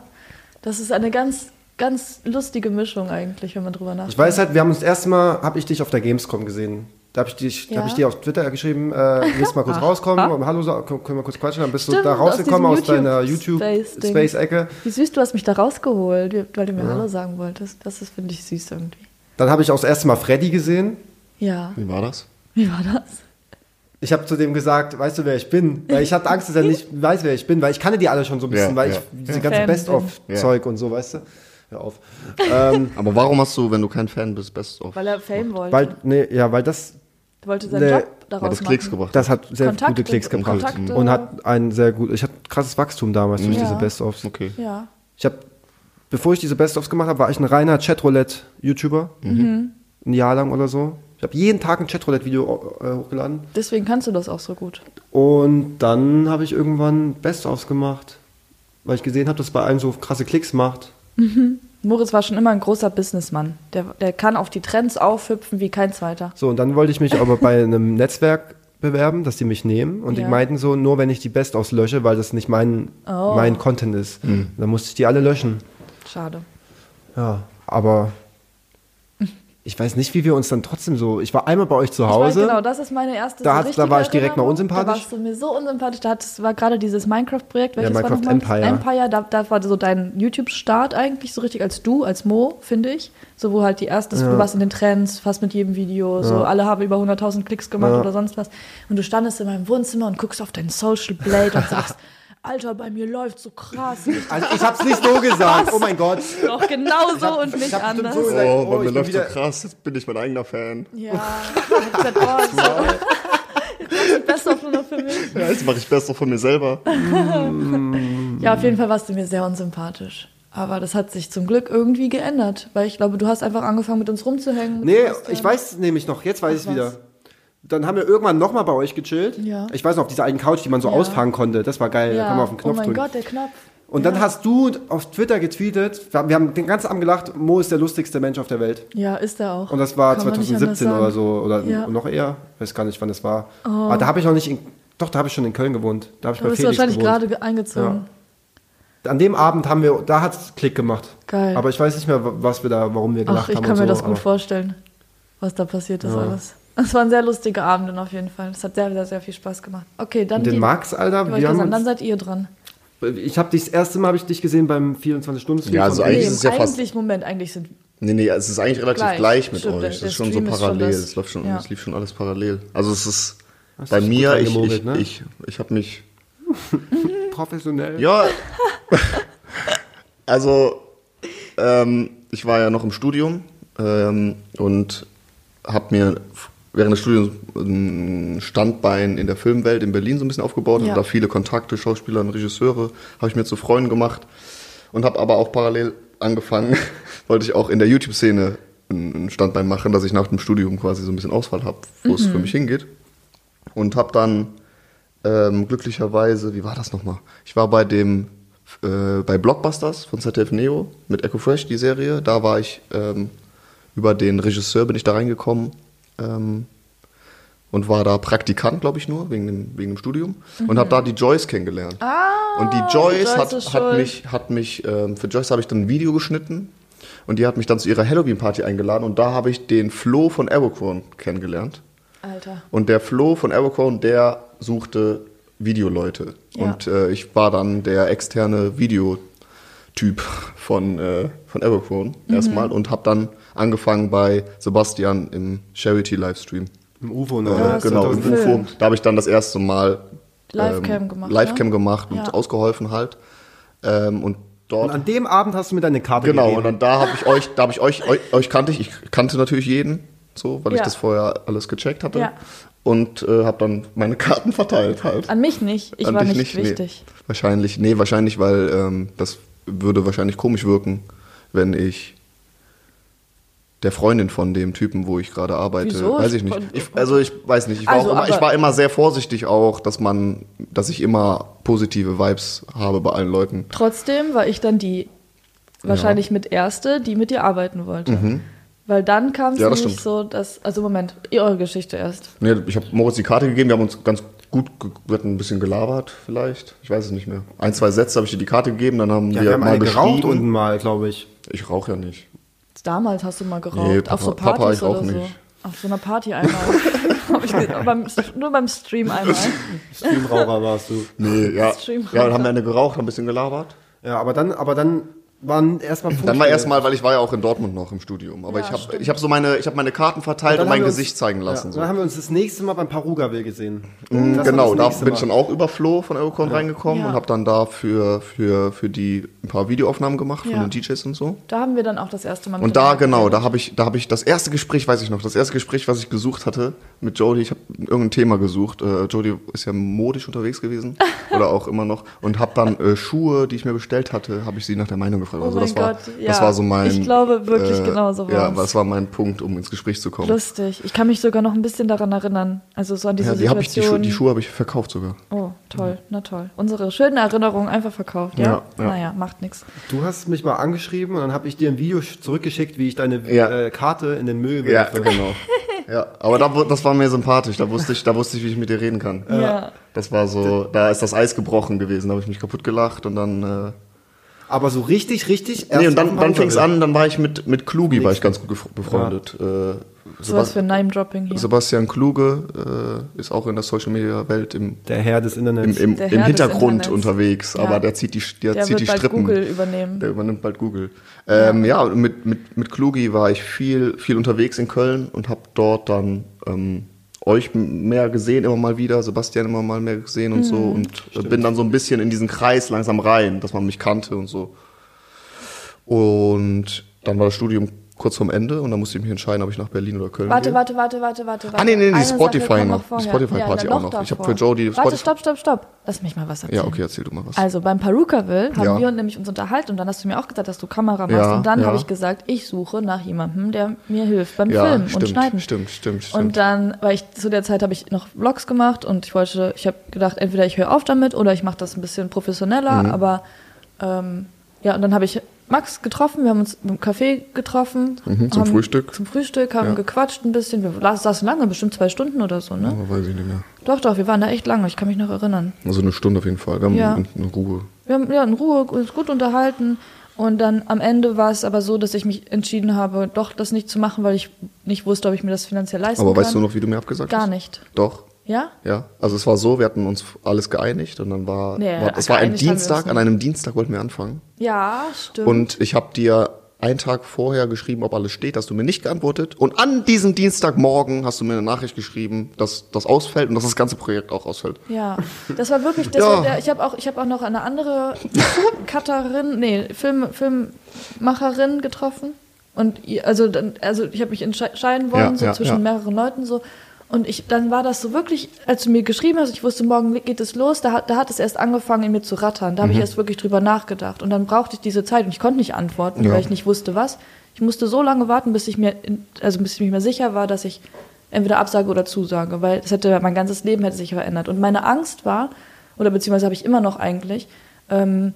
Das ist eine ganz, ganz lustige Mischung eigentlich, wenn man drüber nachdenkt.
Ich weiß halt, wir haben uns das erste Mal, habe ich dich auf der Gamescom gesehen. Da habe ich, dich- da
Ja.
hab ich dir auf Twitter geschrieben, äh, willst du mal kurz rauskommen, und hallo, sa- können wir kurz quatschen. Dann bist du
Stimmt,
da
aus
rausgekommen aus,
diesem
deiner
YouTube-Space-Ding.
YouTube-Space-Ecke.
Wie süß, du hast mich da rausgeholt, weil du mir Hallo sagen wolltest. Das ist, finde ich, süß irgendwie.
Dann habe ich auch das erste Mal Freddy gesehen.
Ja.
Wie war das?
Wie war das?
Ich habe zu dem gesagt, weißt du, wer ich bin? Weil ich hatte Angst, dass er nicht weiß, wer ich bin, weil ich kannte die alle schon so ein bisschen,
Ja,
weil
ja.
ich diese
Fan
ganze Best-of-Zeug und so, weißt du? Hör auf. ähm,
Aber warum hast du, wenn du kein Fan bist, Best of?
Weil er Fame wollte.
weil, nee, ja, weil das,
er wollte seinen
nee,
Job daraus
Weil das
machen.
Klicks gebracht
das hat sehr
Kontakte,
gute Klicks gebracht.
Kontakte.
Und hat ein sehr gut, ich hatte krasses Wachstum damals durch
Ja.
diese Best-ofs.
Mhm. Okay.
Ja.
Ich habe, bevor ich diese Best-ofs gemacht habe, war ich ein reiner Chatroulette-YouTuber.
Mhm.
Ein Jahr lang oder so. Ich habe jeden Tag ein Chatroulette-Video äh, hochgeladen.
Deswegen kannst du das auch so gut.
Und dann habe ich irgendwann Best-ofs gemacht, weil ich gesehen habe, dass es bei einem so krasse Klicks macht.
Moritz war schon immer ein großer Businessmann. Der, der kann auf die Trends aufhüpfen wie kein zweiter.
So, und dann wollte ich mich aber bei einem Netzwerk bewerben, dass die mich nehmen. Und
Ja.
die meinten so, nur wenn ich die Best-ofs lösche, weil das nicht mein,
Oh.
mein Content ist. Dann musste ich die alle löschen.
Schade.
Ja, aber ich weiß nicht, wie wir uns dann trotzdem so. Ich war einmal bei euch zu
Ich weiß
Hause.
genau, das ist meine erste
Da
so
hat's- da
richtige
war ich direkt mal
Erinnerung. Da
unsympathisch.
warst du mir so unsympathisch. Da hattest, war gerade dieses Minecraft-Projekt. welches war
Minecraft
nochmal?
Empire.
Empire, da, da war so dein YouTube-Start eigentlich, so richtig als du, als Mo, finde ich. So wo halt die ersten, du warst in den Trends, fast mit jedem Video. So alle haben über 100.000 Klicks gemacht
Ja.
oder sonst was. Und du standest in meinem Wohnzimmer und guckst auf deinen Social Blade und sagst, Alter, bei mir läuft so krass. Ich
Also ich hab's nicht so gesagt. Oh mein Gott.
doch genau so und
ich
nicht
hab bestimmt
anders.
so gesagt.
Oh,
Oh,
bei
ich
mir
bin
läuft so
wieder-
krass, jetzt bin ich mein eigener Fan.
Ja, ich hab gesagt, oh, das ist besser nur noch für mich.
Ja, jetzt mache ich Best of von mir selber.
Ja,
Mhm.
auf jeden Fall warst du mir sehr unsympathisch. Aber das hat sich zum Glück irgendwie geändert, weil ich glaube, du hast einfach angefangen, mit uns rumzuhängen. mit
Nee,
Sebastian.
ich weiß es nämlich noch. Jetzt weiß ich
was?
wieder. Dann haben wir irgendwann nochmal bei euch gechillt.
Ja.
Ich weiß noch, auf dieser alten Couch, die man so
Ja.
ausfahren konnte. Das war geil.
Ja.
Da kann man auf den Knopf
oh mein
drücken.
Gott, der Knopf.
Und dann hast du auf Twitter getweetet, wir haben- wir haben den ganzen Abend gelacht, Mo ist der lustigste Mensch auf der Welt.
Ja, ist er auch.
Und das war
Kann man nicht
2017
anders
oder so.
sagen.
Oder
Ja. Oh.
noch eher. Weiß gar nicht, wann das war. Aber da habe ich noch nicht in, Doch, da habe ich schon in Köln gewohnt. Da habe ich
Da
bei
bist du
Felix
wahrscheinlich
gewohnt.
gerade ge- eingezogen.
An dem Abend haben wir, da hat es Klick gemacht.
Geil.
Aber ich weiß nicht mehr, wa- was wir da, warum wir gelacht
Ach, ich
haben.
kann
und
mir
so,
das
aber-
gut vorstellen, was da passiert ist alles. Es waren sehr lustige Abenden auf jeden Fall. Es hat sehr, sehr, sehr viel Spaß gemacht. Okay, dann
Und Den
die,
Max,
Ich
Alter, wir
wollte gerade
haben
sagen, dann
uns,
seid ihr dran.
ich habe dich das erste Mal habe ich dich gesehen beim 24 Stunden.
Ja, also
Nee,
Eigentlich ist es ja fast-
eigentlich, Moment, eigentlich sind
Nee, nee, es ist eigentlich relativ
Gleich.
gleich, mit
Stimmt,
euch.
der-
Es
der
ist schon
Stream
so
ist schon
parallel.
das-
es, läuft schon,
ja.
es lief schon alles parallel. Also es ist
Hast
bei
dich gut
mir, ich,
reingemogelt,
ich,
ne?
ich, ich habe mich.
professionell.
Ja. Also, ähm, ich war ja noch im Studium ähm, und habe mir während des Studiums ein Standbein in der Filmwelt in Berlin so ein bisschen aufgebaut.
Ja.
Habe da viele Kontakte, Schauspieler und Regisseure, habe ich mir zu Freunden gemacht und habe aber auch parallel angefangen, wollte ich auch in der YouTube-Szene ein ein Standbein machen, dass ich nach dem Studium quasi so ein bisschen Auswahl habe, wo es für mich hingeht. Und habe dann ähm, glücklicherweise, wie war das nochmal? Ich war bei dem, äh, bei Blockbusters von ZDF Neo mit Echo Fresh, die Serie. Da war ich, ähm, über den Regisseur bin ich da reingekommen ähm, und war da Praktikant, glaube ich nur, wegen dem, wegen dem Studium. Und habe da die Joyce kennengelernt. und die Joyce,
Mhm. Ah, Joyce ist
hat, hat
schuld.
mich, hat mich ähm, für Joyce habe ich dann ein Video geschnitten. Und die hat mich dann zu ihrer Halloween-Party eingeladen und da habe ich den Flo von Abercrombie kennengelernt.
Alter.
Und der Flo von Abercrombie, der suchte Videoleute.
Ja.
Und äh, ich war dann der externe Videotyp von, äh, von Abercrombie
Mhm.
erstmal und habe dann angefangen bei Sebastian im Charity-Livestream.
Im UFO,
Äh,
ne?
Ja,
genau, im
2000.
UFO. Da habe ich dann das erste Mal ähm,
Livecam gemacht,
Livecam
ne?
gemacht und
Ja.
ausgeholfen halt. Ähm, und dort
Und an dem Abend hast du mir deine Karte
Genau,
gegeben.
und dann da habe ich euch, da habe ich euch, euch, euch kannte ich, ich kannte natürlich jeden, so, weil ich
Ja.
das vorher alles gecheckt hatte.
Ja.
Und äh, habe dann meine Karten verteilt halt.
An mich nicht. Ich
An
war
dich
nicht,
nee.
wichtig.
Wahrscheinlich, nee, wahrscheinlich, weil ähm, das würde wahrscheinlich komisch wirken, wenn ich der Freundin von dem Typen, wo ich gerade arbeite,
Wieso?
weiß ich nicht. Ich, also ich weiß nicht. Ich war,
Also,
auch immer, ich
aber-
war immer sehr vorsichtig auch, dass man, dass ich immer positive Vibes habe bei allen Leuten.
Trotzdem war ich dann die wahrscheinlich mit Erste, die mit dir arbeiten wollte. Weil dann kam es
Mhm. Ja, das
nämlich
stimmt.
so, dass. Also Moment, ihr eure Geschichte erst.
Nee, ich habe Moritz die Karte gegeben, wir haben uns ganz gut, ge- wir hatten ein bisschen gelabert vielleicht, ich weiß es nicht mehr. Ein, zwei Sätze habe ich dir die Karte gegeben, dann haben
ja,
wir,
wir haben
mal
eine geraucht
geschrieben.
unten mal, glaube ich.
ich rauche ja nicht.
Damals hast du mal geraucht.
Nee, Papa-
auf so
Papa,
Partys
ich auch
oder so.
nicht.
Auf so einer Party einmal. Hab ich ge- beim, nur beim Stream einmal.
Streamraucher warst du.
Nee, ja,
Stream
ja, dann haben wir eine geraucht, haben ein bisschen gelabert.
Ja, aber dann, aber dann waren erstmal
Dann war erstmal, weil ich war ja auch in Dortmund noch im Studium, aber
Ja,
ich habe
stimmt.
ich hab so meine ich habe meine Karten verteilt und,
haben
halt mein
wir uns-
Gesicht zeigen
Ja,
lassen.
Dann haben wir uns das nächste Mal beim Parugaville gesehen.
so.
Das war
Genau,
das
da
nächste
bin ich dann
Mal.
auch über Flo von Eurocon reingekommen
Ja.
und habe dann da für, für, für die ein paar Videoaufnahmen gemacht
Ja.
von den DJs und so.
Da haben wir dann auch das erste Mal
Und da,
miteinander
genau,
geredet.
da habe ich, da habe ich das erste Gespräch, weiß ich noch, das erste Gespräch, was ich gesucht hatte mit Jody, ich habe irgendein Thema gesucht. Äh, Jody ist ja modisch unterwegs gewesen oder auch immer noch und habe dann äh, Schuhe, die ich mir bestellt hatte, habe ich sie nach der Meinung gefragt.
Oh
also das
mein
war,
Gott,
das
ja.
war so mein. äh,
Ich glaube wirklich genau so
Ja,
war's.
aber das war mein Punkt, um ins Gespräch zu kommen.
Lustig. Ich kann mich sogar noch ein bisschen daran erinnern. Also so an diese
ja, die, hab ich, die, Schu
Situation.
die Schuhe habe ich verkauft sogar.
Oh, toll, na toll. Unsere schönen Erinnerungen einfach verkauft, ja?
Ja, ja.
Naja, macht nichts.
Du hast mich mal angeschrieben und dann habe ich dir ein Video sch- zurückgeschickt, wie ich deine
Ja.
äh, Karte in den Müll
Ja,
werfe.
genau. ja, aber da, wu- das war mir sympathisch. Da wusste ich, da wusste ich, wie ich mit dir reden kann.
Ja.
Das war so, da ist das Eis gebrochen gewesen. Da habe ich mich kaputt gelacht und dann. Äh,
Aber so richtig, richtig.
nee,
erst
und
auf
dann,
dem
dann fing es
Parugaville.
an, dann war ich mit, mit Klugi, war ich ganz gut gef- befreundet. Äh,
So was für ein
Sebast-
Name-Dropping hier.
Sebastian Kluge äh, ist auch in der Social Media Welt im,
Der Herr des
im,
Internets.
im,
Der
im
Herr des
Hintergrund
Internets.
unterwegs,
Ja.
aber der zieht die, der
Der
zieht
wird
die
bald
Strippen.
Google übernehmen.
Der übernimmt bald Google. Ähm, ja, und mit, mit, mit Klugi war ich viel, viel unterwegs in Köln und habe dort dann ähm, euch m- mehr gesehen, immer mal wieder, Sebastian immer mal mehr gesehen und so.
Mhm.
Und äh, bin dann so ein bisschen in diesen Kreis langsam rein, dass man mich kannte und so. Und dann war das Studium kurz vorm Ende und dann musste ich mich entscheiden, ob ich nach Berlin oder Köln
Warte,
gehe.
warte, warte, warte, warte.
Ah, nee, nee, die
Eine
Spotify
Sache kam
noch.
auch vorher.
Die Spotify-Party
Ja, dann
auch noch.
davor.
Ich hab für Jody die
Warte,
Spotify-
stopp, stopp, stopp. Lass mich mal was erzählen.
Ja, okay, erzähl du mal was.
Also beim Perukaville haben
Ja.
wir nämlich uns unterhalten und dann hast du mir auch gesagt, dass du Kamera machst.
Ja,
und dann
ja.
habe ich gesagt, ich suche nach jemandem, der mir hilft beim
ja,
Filmen
stimmt,
und Schneiden.
stimmt, stimmt, stimmt.
Und dann, weil ich zu der Zeit habe ich noch Vlogs gemacht und ich wollte, ich habe gedacht, entweder ich höre auf damit oder ich mache das ein bisschen professioneller,
Mhm.
aber ähm, ja, und dann habe ich Max getroffen, wir haben uns im Café getroffen.
Mhm, zum
haben,
Frühstück.
Zum Frühstück, haben
Ja.
gequatscht ein bisschen. Wir las- saßen lange, bestimmt zwei Stunden oder so, ne?
Aber Oh, weiß ich nicht mehr.
Doch, doch, wir waren da echt lange, ich kann mich noch erinnern.
Also eine Stunde auf jeden Fall. Wir haben
Ja.
eine Ruhe.
Wir haben ja in Ruhe uns gut unterhalten und dann am Ende war es aber so, dass ich mich entschieden habe, doch das nicht zu machen, weil ich nicht wusste, ob ich mir das finanziell leisten
Aber
kann.
weißt du noch, wie du mir abgesagt
Gar
hast?
nicht.
Doch.
Ja?
Ja, also es war so, wir hatten uns alles geeinigt und dann war,
Nee,
war es war ein
geeinigt haben wir uns
Dienstag,
nicht.
an einem Dienstag wollten wir anfangen
Ja, stimmt.
und ich habe dir einen Tag vorher geschrieben, ob alles steht, hast du mir nicht geantwortet. Und an diesem Dienstagmorgen hast du mir eine Nachricht geschrieben, dass das ausfällt und dass das ganze Projekt auch ausfällt.
Ja, das war wirklich, das
Ja.
war der, ich habe auch, ich hab auch noch eine andere Cutterin, nee, Film, Filmmacherin getroffen. Und ihr- also, dann, also ich habe mich entsche- entscheiden wollen,
Ja,
so
ja,
zwischen
ja.
mehreren Leuten so. Und ich, dann war das so wirklich, als du mir geschrieben hast, ich wusste, morgen geht es los, da, hat- da hat es erst angefangen, in mir zu rattern. Da habe ich erst wirklich drüber nachgedacht. Und dann brauchte ich diese Zeit und ich konnte nicht antworten,
Ja.
weil ich nicht wusste, was. Ich musste so lange warten, bis ich mir, in- also bis ich mir sicher war, dass ich entweder absage oder zusage, weil es hätte, mein ganzes Leben hätte sich verändert. Und meine Angst war, oder beziehungsweise habe ich immer noch eigentlich, ähm,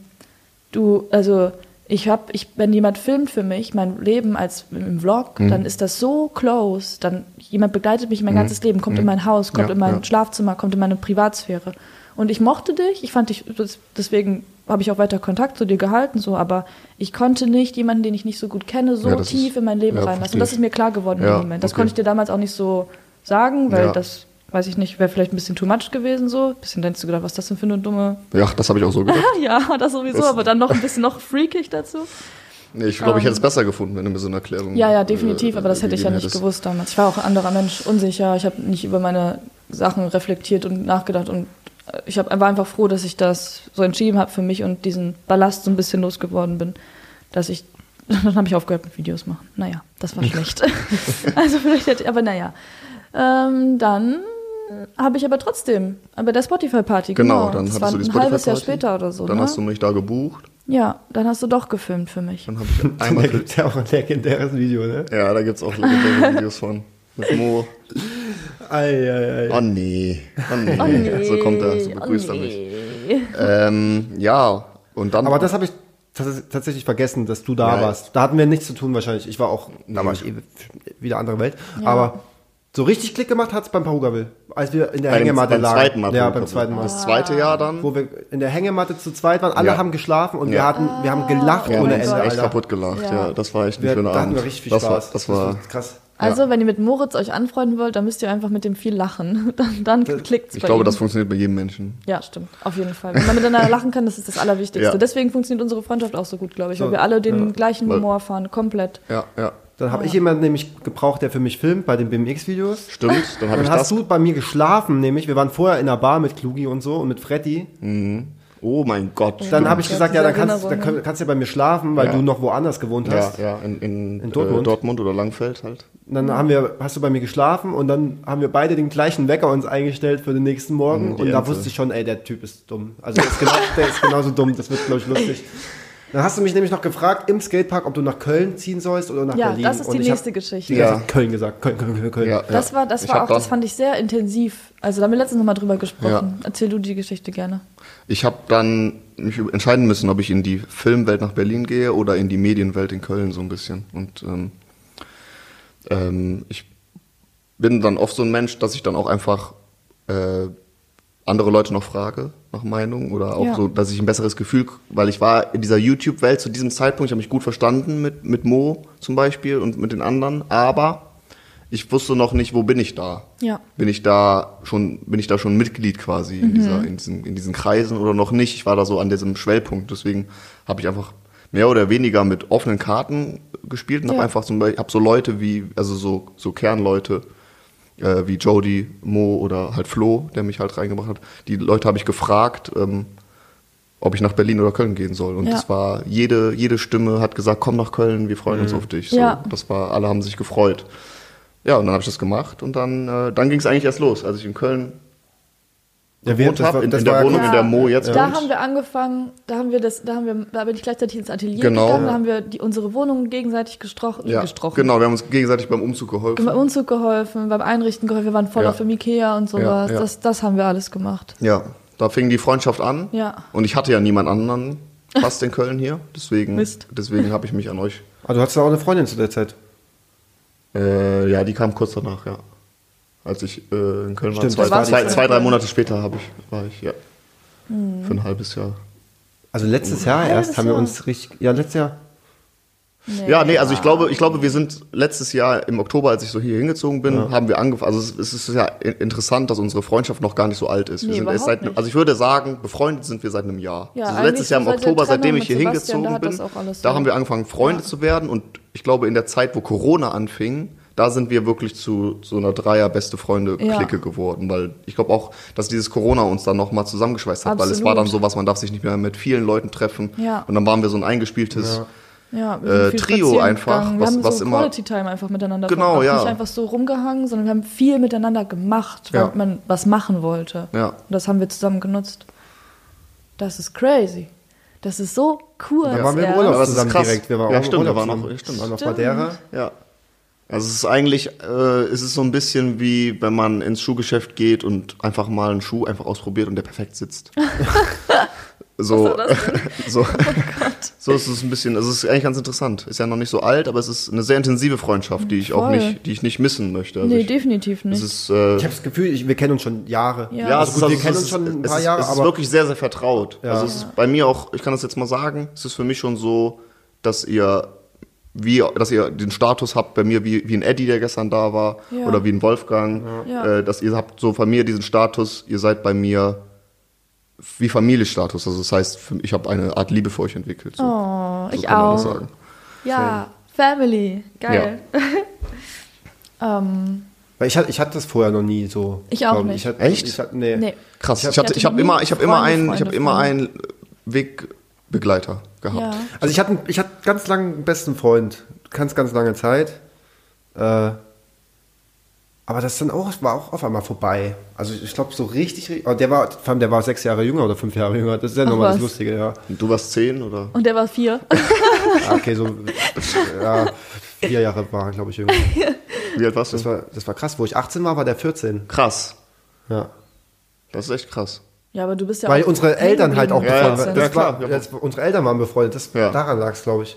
du, also ich habe, ich, wenn jemand filmt für mich mein Leben als im Vlog,
Mhm.
dann ist das so close. Dann jemand begleitet mich mein ganzes Leben, kommt in mein Haus, kommt
Mhm. Ja,
in mein
ja.
Schlafzimmer, kommt in meine Privatsphäre. Und ich mochte dich, ich fand dich, das- deswegen habe ich auch weiter Kontakt zu dir gehalten, so, aber ich konnte nicht jemanden, den ich nicht so gut kenne, so
Ja, das
tief
ist-
in mein Leben
ja,
reinlassen.
verstehe
Und das
ich.
ist mir klar geworden
Ja,
im Moment. Das
okay.
konnte ich dir damals auch nicht so sagen, weil
Ja.
das, weiß ich nicht, wäre vielleicht ein bisschen too much gewesen, so. Ein bisschen denkst du gedacht, was ist das denn für eine dumme
Ja, das habe ich auch so gedacht.
ja, das sowieso,
Das-
aber dann noch ein bisschen noch freakig dazu.
Nee, ich glaube, ich hätte es besser gefunden, wenn du mir so eine Erklärung.
Ähm. Ja, ja,
äh,
definitiv, aber das hätte ich ja
gegeben
nicht
hättest.
gewusst damals. Ich war auch ein anderer Mensch, unsicher, ich habe nicht über meine Sachen reflektiert und nachgedacht und äh, ich hab, war einfach froh, dass ich das so entschieden habe für mich und diesen Ballast so ein bisschen losgeworden bin, dass ich dann habe ich aufgehört mit Videos machen. Naja, das war schlecht. also vielleicht hätte ich, aber naja. Ähm, dann habe ich aber trotzdem bei der Spotify-Party,
Genau,
genau,
dann
das
hattest
war
du die
ein
Spotify
halbes Jahr
Party.
später oder so.
Dann
ne?
hast du mich da gebucht.
ja, dann hast du doch gefilmt für mich.
Dann habe ich
Da
einmal.
gibt es ja auch ein legendäres Video, ne?
ja, da gibt's auch legendäre Videos von. Mit Mo.
Ei, ei, ei.
Oh nee. Oh nee.
Oh nee,
So kommt er, so begrüßt
oh
er mich.
nee.
Ähm, ja, und dann.
Aber das habe ich tats- tatsächlich vergessen, dass du da
Ja.
warst. Da hatten wir nichts zu tun wahrscheinlich. Ich war auch, da war ich eh wieder andere Welt. Aber so richtig Klick gemacht hat es beim Parugaville, als wir in der
bei dem,
Hängematte
beim
lagen.
zweiten Mal.
Ja, beim zweiten Mal.
Das zweite Jahr dann.
Wo wir in der Hängematte zu zweit waren, alle
Ja.
haben geschlafen und wir
Ja.
hatten, wir haben gelacht
ja,
ohne
wir haben uns
Ende.
echt
Alter.
kaputt gelacht. Ja.
Ja.
das war echt ein
Wir, da
schöner
hatten
Abend.
wir richtig viel
das
Spaß.
War, das war.
krass.
Also, wenn ihr mit Moritz euch anfreunden wollt, dann müsst ihr einfach mit dem viel lachen. Dann, dann klickt's
Ich
bei
glaube,
ihm.
das funktioniert bei jedem Menschen.
Ja, stimmt. Auf jeden Fall. Wenn man miteinander lachen kann, das ist das Allerwichtigste.
Ja.
Deswegen funktioniert unsere Freundschaft auch so gut, glaube ich, weil
So,
wir alle den gleichen
Weil-
Humor fahren, komplett.
Ja, ja.
Dann habe ich jemanden nämlich gebraucht, der für mich filmt bei den BMX-Videos.
Stimmt, dann habe ich
Dann hast
das.
du bei mir geschlafen, nämlich. Wir waren vorher in einer Bar mit Klugi und so und mit Freddy.
Oh mein Gott.
Dann
stimmt.
habe ich
Ja,
gesagt, ja, dann
diese
kannst, dann
Erinnerung,
kann- kannst du ja bei mir schlafen, weil
Ja.
du noch woanders gewohnt
Ja,
hast.
ja, in, in,
In Dortmund.
Dortmund. Äh, Dortmund oder Langfeld halt.
Und Dann haben wir, hast du bei mir geschlafen und dann haben wir beide den gleichen Wecker uns eingestellt für den nächsten Morgen.
Mhm, die
und da
Ente.
wusste ich schon, ey, der Typ ist dumm. Also der ist, genau, der ist genauso dumm, das wird, glaube ich, lustig. Dann hast du mich nämlich noch gefragt im Skatepark, ob du nach Köln ziehen sollst oder nach
Ja,
Berlin.
das ist die
ich hab
nächste Geschichte.
die ganze
Ja.
Zeit Köln gesagt. Köln, Köln, Köln, Köln.
Ja,
Das
ja.
war, das
Ich
war
hab
auch,
dann,
das fand ich sehr intensiv. Also, da haben wir letztens nochmal drüber gesprochen. Erzähl du die Geschichte gerne.
Ich habe dann mich über- entscheiden müssen, ob ich in die Filmwelt nach Berlin gehe oder in die Medienwelt in Köln so ein bisschen. Und ähm, ähm, ich bin dann oft so ein Mensch, dass ich dann auch einfach äh, andere Leute noch frage nach Meinung oder auch
Ja.
so, dass ich ein besseres Gefühl, weil ich war in dieser YouTube-Welt zu diesem Zeitpunkt, ich habe mich gut verstanden mit, mit Mo zum Beispiel und mit den anderen, aber ich wusste noch nicht, wo bin ich da?
Ja.
Bin ich da schon, bin ich da schon Mitglied quasi in, dieser,
Mhm.
in, diesen, in diesen Kreisen oder noch nicht? Ich war da so an diesem Schwellpunkt, deswegen habe ich einfach mehr oder weniger mit offenen Karten gespielt und habe
Ja.
einfach zum Beispiel, habe so Leute wie, also so, so Kernleute, äh, wie Jody, Mo oder halt Flo, der mich halt reingebracht hat. Die Leute habe ich gefragt, ähm, ob ich nach Berlin oder Köln gehen soll. Und
Ja.
das war, jede, jede Stimme hat gesagt, komm nach Köln, wir freuen uns
Mhm.
auf dich. So,
Ja.
Das war, alle haben sich gefreut. Ja, und dann habe ich das gemacht und dann, äh, dann ging es eigentlich erst los, als ich in Köln
Ja, wir-
gewohnt
das war-
habe, in,
das
in der
war ja
Wohnung,
klar.
in der Mo jetzt
Da
wohnt.
haben wir angefangen, da haben wir das, da haben wir, da bin ich gleichzeitig ins Atelier
Genau.
gegangen, da haben wir die, unsere Wohnungen gegenseitig gestrochen,
ja,
gestrochen.
Genau, wir haben uns gegenseitig beim Umzug geholfen.
Beim Umzug geholfen, beim Einrichten geholfen, wir waren voll
Ja.
auf dem Ikea und sowas.
ja.
Das, das haben wir alles gemacht.
Ja, da fing die Freundschaft an.
Ja.
Und ich hatte ja niemand anderen fast in Köln hier. Deswegen,
Mist.
deswegen habe ich mich an euch.
Ah, du hattest ja auch eine Freundin zu der Zeit.
Äh, ja, die kam kurz danach, ja. Als ich äh, in Köln
Stimmt, das
war. Zwei,
war die
zwei,
Zeit.
zwei, drei Monate später habe ich, war ich, ja. Für ein halbes Jahr.
Also letztes Jahr
Halbes
erst haben wir
Jahr.
uns richtig. Ja, letztes Jahr.
Nee.
Ja, nee, also ich glaube, ich glaube, wir sind letztes Jahr im Oktober, als ich so hier hingezogen bin, haben wir angefangen. Also es ist ja i- interessant, dass unsere Freundschaft noch gar nicht so alt ist. Wir
Nee,
sind erst seit,
überhaupt nicht.
also ich würde sagen, befreundet sind wir seit einem Jahr.
Ja,
also
eigentlich
letztes Jahr im
seit der
Oktober,
Trennung
seitdem ich hier
mit Sebastian, da
hingezogen
hat
bin,
das auch alles
da
so-
haben wir angefangen, Freunde
Ja.
zu werden. Und ich glaube, in der Zeit, wo Corona anfing, da sind wir wirklich zu so einer Dreier-beste Freunde-Clique
Ja.
geworden, weil ich glaube auch, dass dieses Corona uns dann nochmal zusammengeschweißt hat, weil es war
Absolut.
dann so was, man darf sich nicht mehr mit vielen Leuten treffen.
Ja.
Und dann waren wir so ein eingespieltes,
Ja, wir sind
Äh,
viel
Trio
spazieren
einfach,
gegangen.
was-
wir haben
was
so
immer-
Quality Time einfach miteinander
Genau,
verbracht.
ja.
Nicht einfach so rumgehangen, sondern wir haben viel miteinander gemacht, weil
Ja.
man was machen wollte.
Ja.
Und das haben wir zusammen genutzt. Das ist crazy. Das ist so cool.
Da waren wir im
erst.
Urlaub
Aber das ist
zusammen
krass.
direkt. Wir waren
Ja,
auch im
stimmt,
Urlaub
wir waren
zusammen.
auch- stimmt.
Waren auf
Stimmt.
Madeira.
Ja. Also es ist eigentlich, äh, es ist so ein bisschen wie, wenn man ins Schuhgeschäft geht und einfach mal einen Schuh einfach ausprobiert und der perfekt sitzt. so,
Was Oh
so, so ist es ein bisschen, also es ist eigentlich ganz interessant. Ist ja noch nicht so alt, aber es ist eine sehr intensive Freundschaft, die ich auch
Voll.
nicht, die ich nicht missen möchte. Also
Nee,
ich,
definitiv
es
nicht.
ist, äh,
Ich habe das Gefühl, ich, wir kennen uns schon Jahre.
Ja.
ja, es
Also
gut,
ist, also,
wir kennen
es
uns
ist,
schon ein
es
paar
ist,
Jahre,
Es ist
aber-
wirklich sehr, sehr vertraut.
Ja.
Also es ist bei mir auch, ich kann das jetzt mal sagen, es ist für mich schon so, dass ihr, wie, dass ihr den Status habt bei mir wie, wie ein Eddie, der gestern da war,
Ja.
oder wie ein Wolfgang,
Ja.
Äh, dass ihr habt so bei mir diesen Status, ihr seid bei mir wie Familienstatus. Also das heißt, für- ich habe eine Art Liebe für euch entwickelt. So,
Oh,
so
ich
kann man das
auch.
sagen.
Ja, Family. Geil. ähm,
Weil ich hatte, ich hatte das vorher noch nie so.
Ich auch
glaub
nicht.
Ich hatte,
Echt?
Ich hatte, nee.
nee.
Krass,
Ich hab-
ich habe
ich
ich hab
hatte
immer,
nie
ich hab immer
Freunde,
einen, ich hab
Freunde,
immer
Freunde.
einen äh, Wegbegleiter gehabt.
Ja.
Also ich hatte, einen- ich hatte ganz lange einen besten Freund. Ganz, ganz lange Zeit. Äh, aber das dann auch, war auch auf einmal vorbei. Also ich glaube so richtig, richtig- aber der war, vor allem der war sechs Jahre jünger oder fünf Jahre jünger. Das ist ja
Ach
nochmal das
was.
Lustige, ja.
Und du warst zehn oder?
Und der war vier.
Ah, Okay, so ja, vier Jahre war, glaube ich, jünger.
Wie alt warst du?
Das war, das war krass. Wo ich 18 war, war der 14.
Krass.
Ja.
Das ist echt krass.
Ja, aber du bist ja
Weil
auch
unsere
hängen
Eltern halt auch
geblieben.
Ja,
befreundet
ja,
waren. Das
klar,
war,
ja.
das, unsere Eltern waren befreundet. Das,
Ja.
Daran lag es, glaube ich.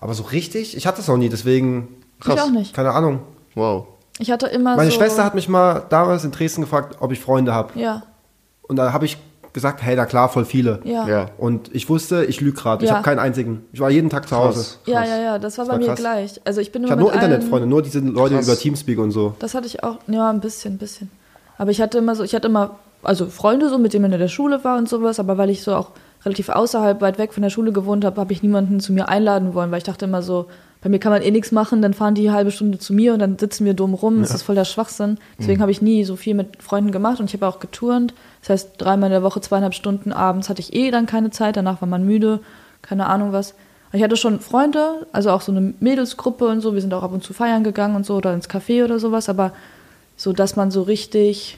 Aber so richtig, ich hatte es noch nie, deswegen,
Krass.
Ich auch nicht.
keine Ahnung.
Wow.
Ich hatte immer
Meine
so
Schwester hat mich mal damals in Dresden gefragt, ob ich Freunde habe.
ja,
Und da habe ich gesagt, hey, na klar, voll viele.
ja.
Ja.
Und ich wusste, ich lüge gerade. Ich
Ja.
habe keinen einzigen. Ich war jeden Tag zu Hause.
Krass.
Ja, ja, ja, das war bei
war
mir
krass.
gleich. Also ich bin
Ich
immer
habe nur
mit allen-
Internetfreunde, nur diese Leute
Krass.
über Teamspeak und so.
Das hatte ich auch, ja, ein bisschen, ein bisschen. Aber ich hatte immer so, ich hatte immer, also Freunde so, mit denen man in der Schule war und sowas, aber weil ich so auch relativ außerhalb, weit weg von der Schule gewohnt habe, habe ich niemanden zu mir einladen wollen, weil ich dachte immer so, bei mir kann man eh nichts machen, dann fahren die eine halbe Stunde zu mir und dann sitzen wir dumm rum, das ist voll der Schwachsinn. Deswegen habe ich nie so viel mit Freunden gemacht und ich habe auch geturnt. Das heißt, dreimal in der Woche, zweieinhalb Stunden abends hatte ich eh dann keine Zeit, danach war man müde, keine Ahnung was. Ich hatte schon Freunde, also auch so eine Mädelsgruppe und so. Wir sind auch ab und zu feiern gegangen und so oder ins Café oder sowas. Aber so, dass man so richtig,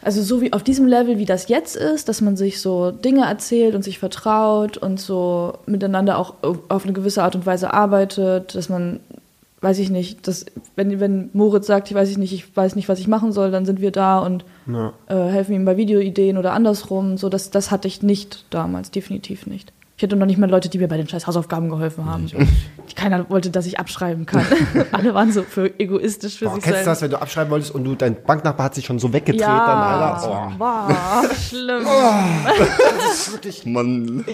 also so wie auf diesem Level, wie das jetzt ist, dass man sich so Dinge erzählt und sich vertraut und so miteinander auch auf eine gewisse Art und Weise arbeitet, dass man, weiß ich nicht, dass, wenn, wenn Moritz sagt, ich weiß ich nicht, ich weiß nicht, was ich machen soll, dann sind wir da und
Ja.
äh, helfen ihm bei Videoideen oder andersrum. So, das, das hatte ich nicht damals, definitiv nicht. Ich hatte noch nicht mal Leute, die mir bei den scheiß Hausaufgaben geholfen haben. Die- Keiner wollte, dass ich abschreiben kann. Alle waren so für egoistisch für
Boah,
sich
kennst du
selbst.
das, wenn du abschreiben wolltest und du, dein Banknachbar hat sich schon so weggedreht dann,
ja,
Alter?
Oh.
Boah.
war schlimm.
Mann.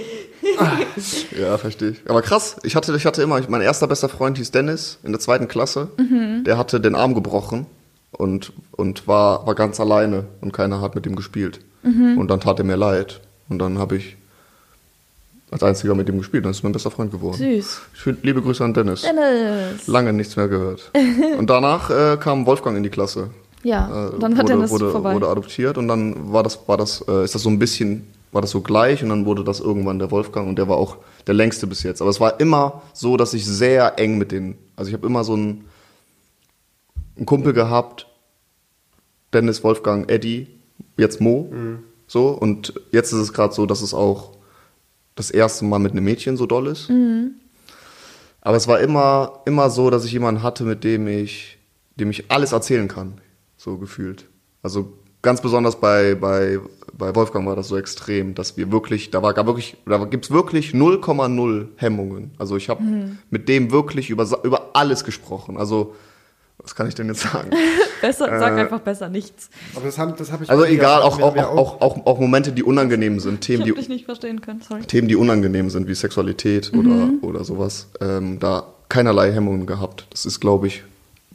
ja, verstehe ich. Aber krass, ich hatte, ich hatte immer, ich, mein erster bester Freund hieß Dennis in der zweiten Klasse.
Mhm.
Der hatte den Arm gebrochen und, und war, war ganz alleine und keiner hat mit ihm gespielt.
Mhm.
Und dann tat er mir leid. Und dann habe ich als einziger mit ihm gespielt. Dann ist mein bester Freund geworden.
Süß.
Ich find, liebe Grüße an Dennis.
Dennis.
Lange nichts mehr gehört. Und danach äh, kam Wolfgang in die Klasse.
Ja,
Äh,
dann war
wurde,
Dennis
wurde,
vorbei.
wurde adoptiert und dann war das, war das, äh, ist das so ein bisschen, war das so gleich und dann wurde das irgendwann der Wolfgang und der war auch der längste bis jetzt. Aber es war immer so, dass ich sehr eng mit denen, also ich habe immer so einen, einen Kumpel gehabt, Dennis, Wolfgang, Eddie, jetzt Mo, so und jetzt ist es gerade so, dass es auch das erste Mal mit einem Mädchen so doll ist.
Mhm.
Aber es war immer, immer so, dass ich jemanden hatte, mit dem ich, dem ich alles erzählen kann, so gefühlt. Also ganz besonders bei, bei, bei Wolfgang war das so extrem, dass wir wirklich, da war gar wirklich, da gibt's wirklich 0,0 Hemmungen. Also ich habe mit dem wirklich über, Sa- über alles gesprochen. Also Was kann ich denn jetzt sagen?
Besser, sag
Äh,
einfach besser nichts.
Aber das habe das hab ich
Also
bei dir,
egal, auch,
mir-
auch,
mir
auch, auch, auch Momente, die unangenehm sind,
Ich
Themen,
habe
die
dich nicht verstehen können, sorry.
Themen, die unangenehm sind, wie Sexualität
Mhm.
oder, oder sowas, ähm, da keinerlei Hemmungen gehabt. Das ist, glaube ich,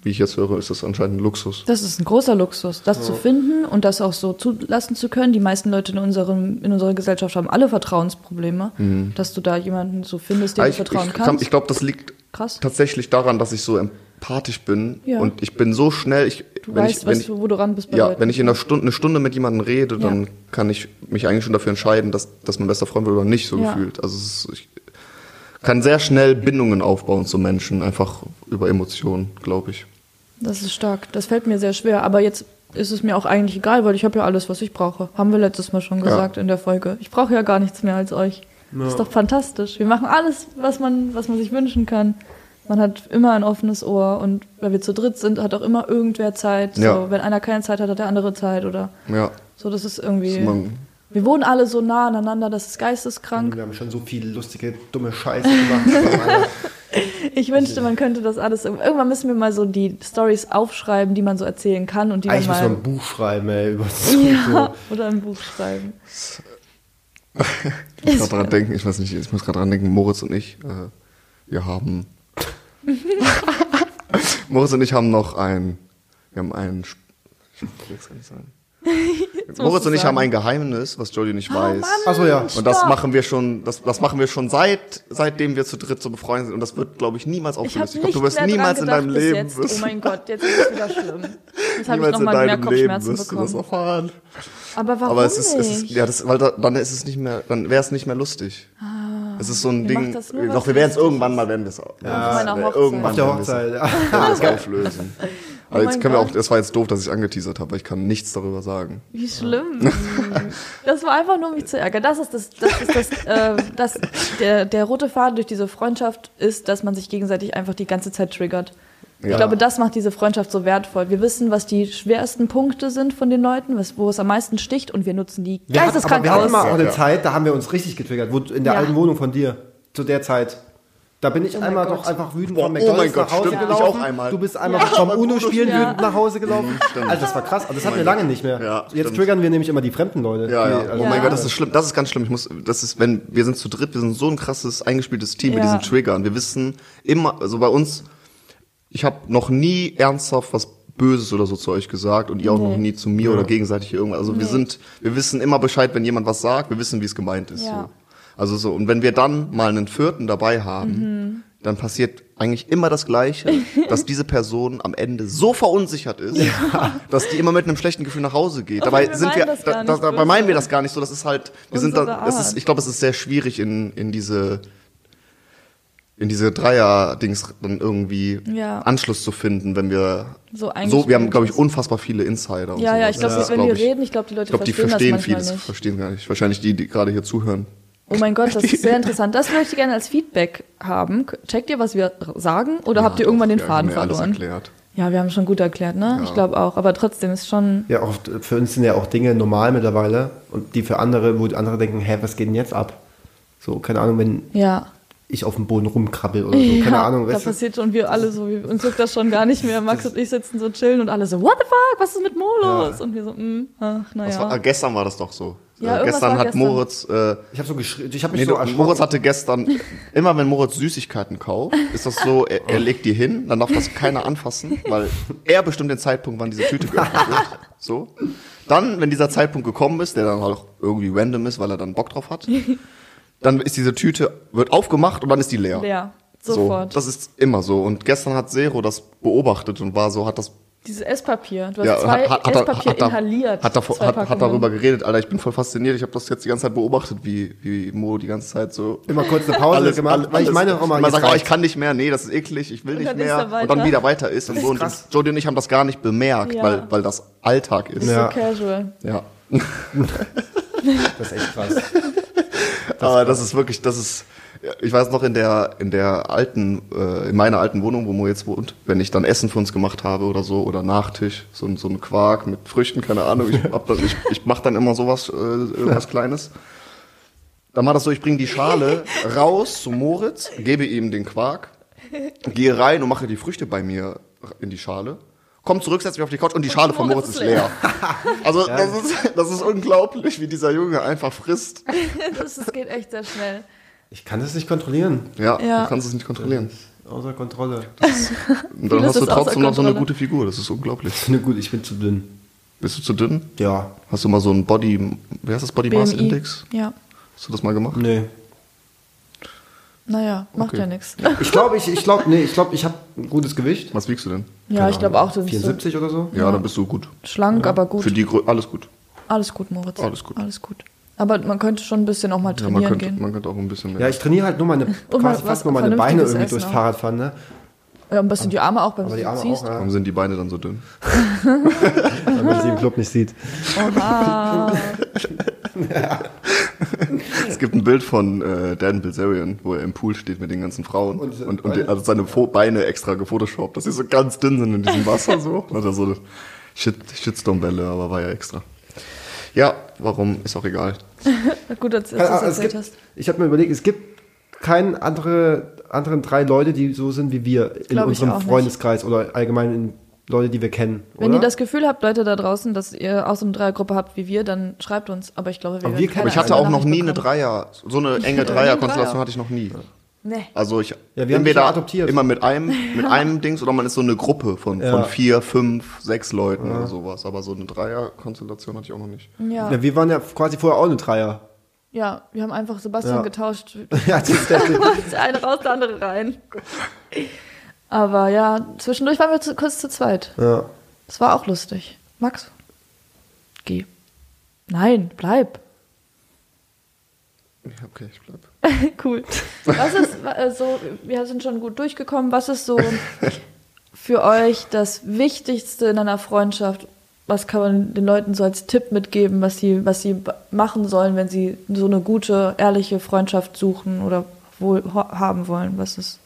wie ich jetzt höre, ist das anscheinend ein Luxus.
Das ist ein großer Luxus, das zu finden und das auch so zulassen zu können. Die meisten Leute in, unserem, in unserer Gesellschaft haben alle Vertrauensprobleme, dass du da jemanden so findest, dem
Mhm. Ah,
du vertrauen
ich, kann-
kannst.
ich glaube, das liegt
Krass.
tatsächlich daran, dass ich so empathisch bin
Ja.
und ich bin so schnell. Ich,
du
wenn
weißt,
ich, wenn
was,
ich,
du- wo du ran bist bei
ja,
Leuten.
wenn ich in einer Stunde, eine Stunde mit jemandem rede, dann
Ja.
kann ich mich eigentlich schon dafür entscheiden, dass, dass mein bester Freund wird oder nicht, so
Ja.
gefühlt. Also es ist, ich kann sehr schnell Bindungen aufbauen zu Menschen, einfach über Emotionen, glaube ich.
das ist stark. Das fällt mir sehr schwer, aber jetzt ist es mir auch eigentlich egal, weil ich habe ja alles, was ich brauche. Haben wir letztes Mal schon gesagt in der Folge. Ich brauche ja gar nichts mehr als euch. Das ist doch fantastisch. Wir machen alles, was man, was man sich wünschen kann. Man hat immer ein offenes Ohr und weil wir zu dritt sind, hat auch immer irgendwer Zeit.
Ja.
So, wenn einer keine Zeit hat, hat der andere Zeit oder
Ja,
so. Das ist
das
irgendwie.
ist man,
wir wohnen alle so nah aneinander, das ist geisteskrank.
Wir haben schon so viel lustige, dumme Scheiße gemacht.
Ich wünschte, man könnte das alles. Irgendwann müssen wir mal so die Stories aufschreiben, die man so erzählen kann und die
Eigentlich muss
man mal.
man ein Buch schreiben, ey. Über so,
Ja, oder ein Buch schreiben.
Ich muss gerade dran denken, ich weiß nicht, ich muss gerade dran denken, Moritz und ich, äh, wir haben. Moritz und ich haben noch ein. Wir haben ein. Ich will es gar nicht sagen. Moritz
du
und ich
sagen. Oh,
haben ein Geheimnis, was Jodie nicht weiß.
Achso, ja.
Und das machen wir schon, das, das machen wir schon seit, seitdem wir zu dritt so befreundet sind. Und das wird, glaube ich, niemals
Ich habe
aufgelöst. Ich,
nicht
glaube, du wirst
mehr
niemals in
dran
deinem
gedacht bis
Leben
jetzt.
wirst-
Oh mein Gott, jetzt ist es wieder schlimm. Jetzt habe ich
niemals in
nochmal mehr
deinem Leben
Kopfschmerzen
wirst du das
bekommen.
erfahren.
Aber warum
Aber es ist,
nicht?
es ist ja, das, weil da, dann ist es nicht mehr, dann wäre es nicht mehr lustig. es ist so ein
ihr
Ding.
macht Ah, das nur,
Doch,
weil's
wir werden es
lustig
irgendwann mal, werden wir es
meiner Hochzeit. Oh
irgendwann
Auf der
werden wir's-
Hochzeit, ja.
werden wir es auflösen. Aber
mein
jetzt können wir auch,
Gott.
das war jetzt doof, dass ich angeteasert habe, weil ich kann nichts darüber sagen.
Wie schlimm. Das war einfach nur, um mich zu ärgern. Das ist das, das ist das, äh, das der, der rote Faden durch diese Freundschaft ist, dass man sich gegenseitig einfach die ganze Zeit triggert. Ich
Ja.
glaube, das macht diese Freundschaft so wertvoll. Wir wissen, was die schwersten Punkte sind von den Leuten, was, wo es am meisten sticht und wir nutzen die
Wir hatten, aber
geisteskrank
wir hatten mal
aus.
auch
Ja,
eine
ja.
Zeit, da haben wir uns richtig getriggert. Wo, in der
Ja.
alten Wohnung von dir. Zu der Zeit. Da bin ich
mein
einmal
Gott.
doch einfach wütend
Boah,
von
oh
McDonalds
mein Gott,
nach Hause
stimmt. Ich
gelaufen.
auch einmal. Mhm,
Du bist einmal vom Uno spielen
Ja.
wütend nach Hause gelaufen.
stimmt.
Also das war krass. Also das hatten wir
mein Gott.
lange nicht mehr.
Ja,
Jetzt
stimmt.
triggern wir nämlich immer die fremden Leute.
Ja, ja.
Die-
oh mein
Ja.
Gott, das ist schlimm. Das ist ganz schlimm. Ich muss, das ist, wenn wir sind zu dritt, wir sind so ein krasses eingespieltes Team mit
Ja.
diesen Triggern. Wir wissen immer, also bei uns, ich habe noch nie ernsthaft was Böses oder so zu euch gesagt und ihr auch
Nee.
noch nie zu mir oder gegenseitig hier irgendwas. Also wir sind, wir wissen immer Bescheid, wenn jemand was sagt. Wir wissen, wie es gemeint ist.
Ja.
So. Also so und wenn wir dann mal einen Vierten dabei haben.
Mhm.
Dann passiert eigentlich immer das Gleiche, dass diese Person am Ende so verunsichert ist, dass die immer mit einem schlechten Gefühl nach Hause geht. Dabei
wir
sind
meinen
wir,
das
da,
gar
da,
nicht
dabei
böse.
meinen wir das gar nicht so. Das ist halt, wir sind
Unsere
da, es
Art.
ist, ich glaube, es ist sehr schwierig in, in diese, in diese Dreier-Dings dann irgendwie
Ja.
Anschluss zu finden, wenn wir,
So
so wir haben, glaube ich,
eingespielt
unfassbar viele Insider. und
Ja, ja,
sowas.
ich glaube,
Das ist,
wenn
glaub
wir reden, ich glaube, die Leute
ich glaube, die
verstehen,
verstehen
das manchmal
vieles,
nicht.
verstehen gar nicht. Wahrscheinlich die, die gerade hier zuhören.
Oh mein Gott, das ist sehr interessant. Das möchte ich gerne als Feedback haben. Checkt ihr, was wir sagen, oder habt ihr
doch,
irgendwann den
wir
Faden
haben ja alles
verloren?
erklärt.
Ja, wir haben schon gut erklärt, ne? Ich glaube auch. Aber trotzdem ist schon.
Ja, auch für uns sind ja auch Dinge normal mittlerweile und die für andere, wo die andere denken, hä, was geht denn jetzt ab? So, keine Ahnung, wenn
Ja.
ich auf dem Boden rumkrabbel
Also,
oder so, keine
ja,
Ahnung.
Da
Weißt du?
passiert schon, wir alle so, wir, uns juckt das schon gar nicht mehr. Max und ich sitzen so chillen und alle so, what the fuck, was ist mit Mo los? Und wir so, mm, ach,
Das war, ah,
naja.
gestern war das doch so.
Ja,
äh,
irgendwas
gestern
war
hat
gestern.
Moritz, äh,
Ich habe so geschrien, ich habe mich
Nee,
so
du,
erschrocken.
Moritz hatte gestern, immer wenn Moritz Süßigkeiten kauft, ist das so, er, er legt die hin, dann darf das keiner anfassen, weil er bestimmt den Zeitpunkt, wann diese Tüte geöffnet wird. So. Dann, wenn dieser Zeitpunkt gekommen ist, der dann halt auch irgendwie random ist, weil er dann Bock drauf hat, dann ist diese Tüte, wird aufgemacht und dann ist die leer.
Leer.
So,
Sofort.
das ist immer so. Und gestern hat Zero das beobachtet und war so, hat das
Dieses Esspapier. Du hast
ja,
zwei
hat, hat, hat, er-
Esspapier
hat, er-
inhaliert.
hat, davor-
Zwei
hat, hat
Packungen.
darüber geredet, Alter, ich bin voll fasziniert. Ich habe das jetzt die ganze Zeit beobachtet, wie, wie Mo die ganze Zeit so
immer kurz eine Pause
alles,
gemacht,
alles,
weil ich meine auch mal,
man
jetzt
sagt, oh, ich
reicht's.
kann nicht mehr, nee, das ist eklig, ich will nicht
dann ist
mehr.
er weiter.
Und dann wieder weiter ist und so. Und
krass.
Jodie und ich haben das gar nicht bemerkt,
Ja.
weil, weil das Alltag ist.
Ja.
So casual.
Ja.
das ist echt krass.
Aber Ah, das ist wirklich, das ist, ja, ich weiß noch in der, in der alten, äh, in meiner alten Wohnung, wo Mo jetzt wohnt, wenn ich dann Essen für uns gemacht habe oder so, oder Nachtisch, so, ein- so ein Quark mit Früchten, keine Ahnung, ich, hab das, ich, ich mach dann immer sowas, äh, irgendwas Kleines. Dann war das so, ich bringe die Schale raus zu Moritz, gebe ihm den Quark, gehe rein und mache die Früchte bei mir in die Schale. Komm zurück, setz mich auf die Couch und die Schale von Moritz ist leer. also das, ist, das ist unglaublich, wie dieser Junge einfach frisst.
Das, das geht echt sehr schnell.
Ich kann das nicht kontrollieren.
Ja,
Ja.
du kannst es nicht kontrollieren.
Außer Kontrolle.
Und dann
Vieles
hast du
ist außer
trotzdem noch so eine
Kontrolle.
gute Figur. Das ist unglaublich.
Na gut, ich bin zu dünn.
Bist du zu dünn?
Ja.
Hast du mal so einen Body, wie heißt das, Body Mass
BMI.
Index?
Ja.
Hast du das mal gemacht?
Nee.
Naja, macht
Okay.
ja nichts.
Ich glaube, ich, ich glaube, nee, ich glaube, ich habe ein gutes Gewicht.
Was wiegst du denn?
Ja, ich glaube auch, du bist so
74 oder so?
Ja, dann bist du gut.
schlank, aber
Für
gut.
die Grö alles gut.
Alles gut, Moritz.
Alles gut.
Alles gut. Aber man könnte schon ein bisschen auch mal
Ja, man,
trainieren
könnte,
gehen.
man könnte auch ein bisschen mehr.
Ja, ich trainiere halt nur meine,
Und Um mal
quasi
was
fast nur meine Beine
Vernünftiges
irgendwie
essen
durchs
auch.
Fahrradfahren, ne?
Ja, ein bisschen die Arme auch beim
Aber die Arme
Siehst.
auch, ja,
Warum sind die Beine dann so dünn?
wenn man sie
Ah.
im Club nicht sieht.
Oha.
Es gibt ein Bild von äh, Dan Bilzerian, wo er im Pool steht mit den ganzen Frauen
Und
und,
seine
und,
Beine-
die, also seine Fo Beine extra gefotoshoppt, dass sie so ganz dünn sind in diesem Wasser so. Und dann so eine Shit, Shitstorm-Welle, aber war ja extra. Ja, warum, ist auch egal.
gut, dass du
Also, es
das erzählt
gibt,
hast.
ich habe mir überlegt, es gibt keine andere, anderen drei Leute, die so sind wie wir in
Glaub ich auch
unserem
nicht.
Freundeskreis oder allgemein in Leute, die wir kennen.
Wenn
oder?
ihr das Gefühl habt, Leute da draußen, dass ihr auch so eine Dreiergruppe habt wie wir, dann schreibt uns. Aber ich glaube, wir
Aber
werden
wir
keine
kennen-
Ich hatte
einzige
auch noch
Nachricht
nie eine
bekommen.
Dreier, so eine enge
Dreier.
Dreierkonstellation hatte ich noch nie.
Nee.
Also ich
Ja, wir haben dich ja
entweder
adoptiert.
immer mit einem, mit einem Dings oder man ist so eine Gruppe von,
Ja.
von vier, fünf, sechs Leuten oder sowas. Aber so eine Dreierkonstellation hatte ich auch noch nicht.
Ja.
ja, wir waren ja quasi vorher auch eine Dreier.
ja, wir haben einfach Sebastian
Ja.
getauscht.
ja, das ist der,
Der eine raus, der andere rein. Aber ja, zwischendurch waren wir zu, kurz zu zweit.
ja.
Das war auch lustig. Max, geh. Nein, bleib.
Ja, Okay, ich bleib.
cool. Was ist wa- äh, so, wir sind schon gut durchgekommen, was ist so für euch das Wichtigste in einer Freundschaft? Was kann man den Leuten so als Tipp mitgeben, was sie, was sie b- machen sollen, wenn sie so eine gute, ehrliche Freundschaft suchen oder wohl ho- haben wollen? Was ist.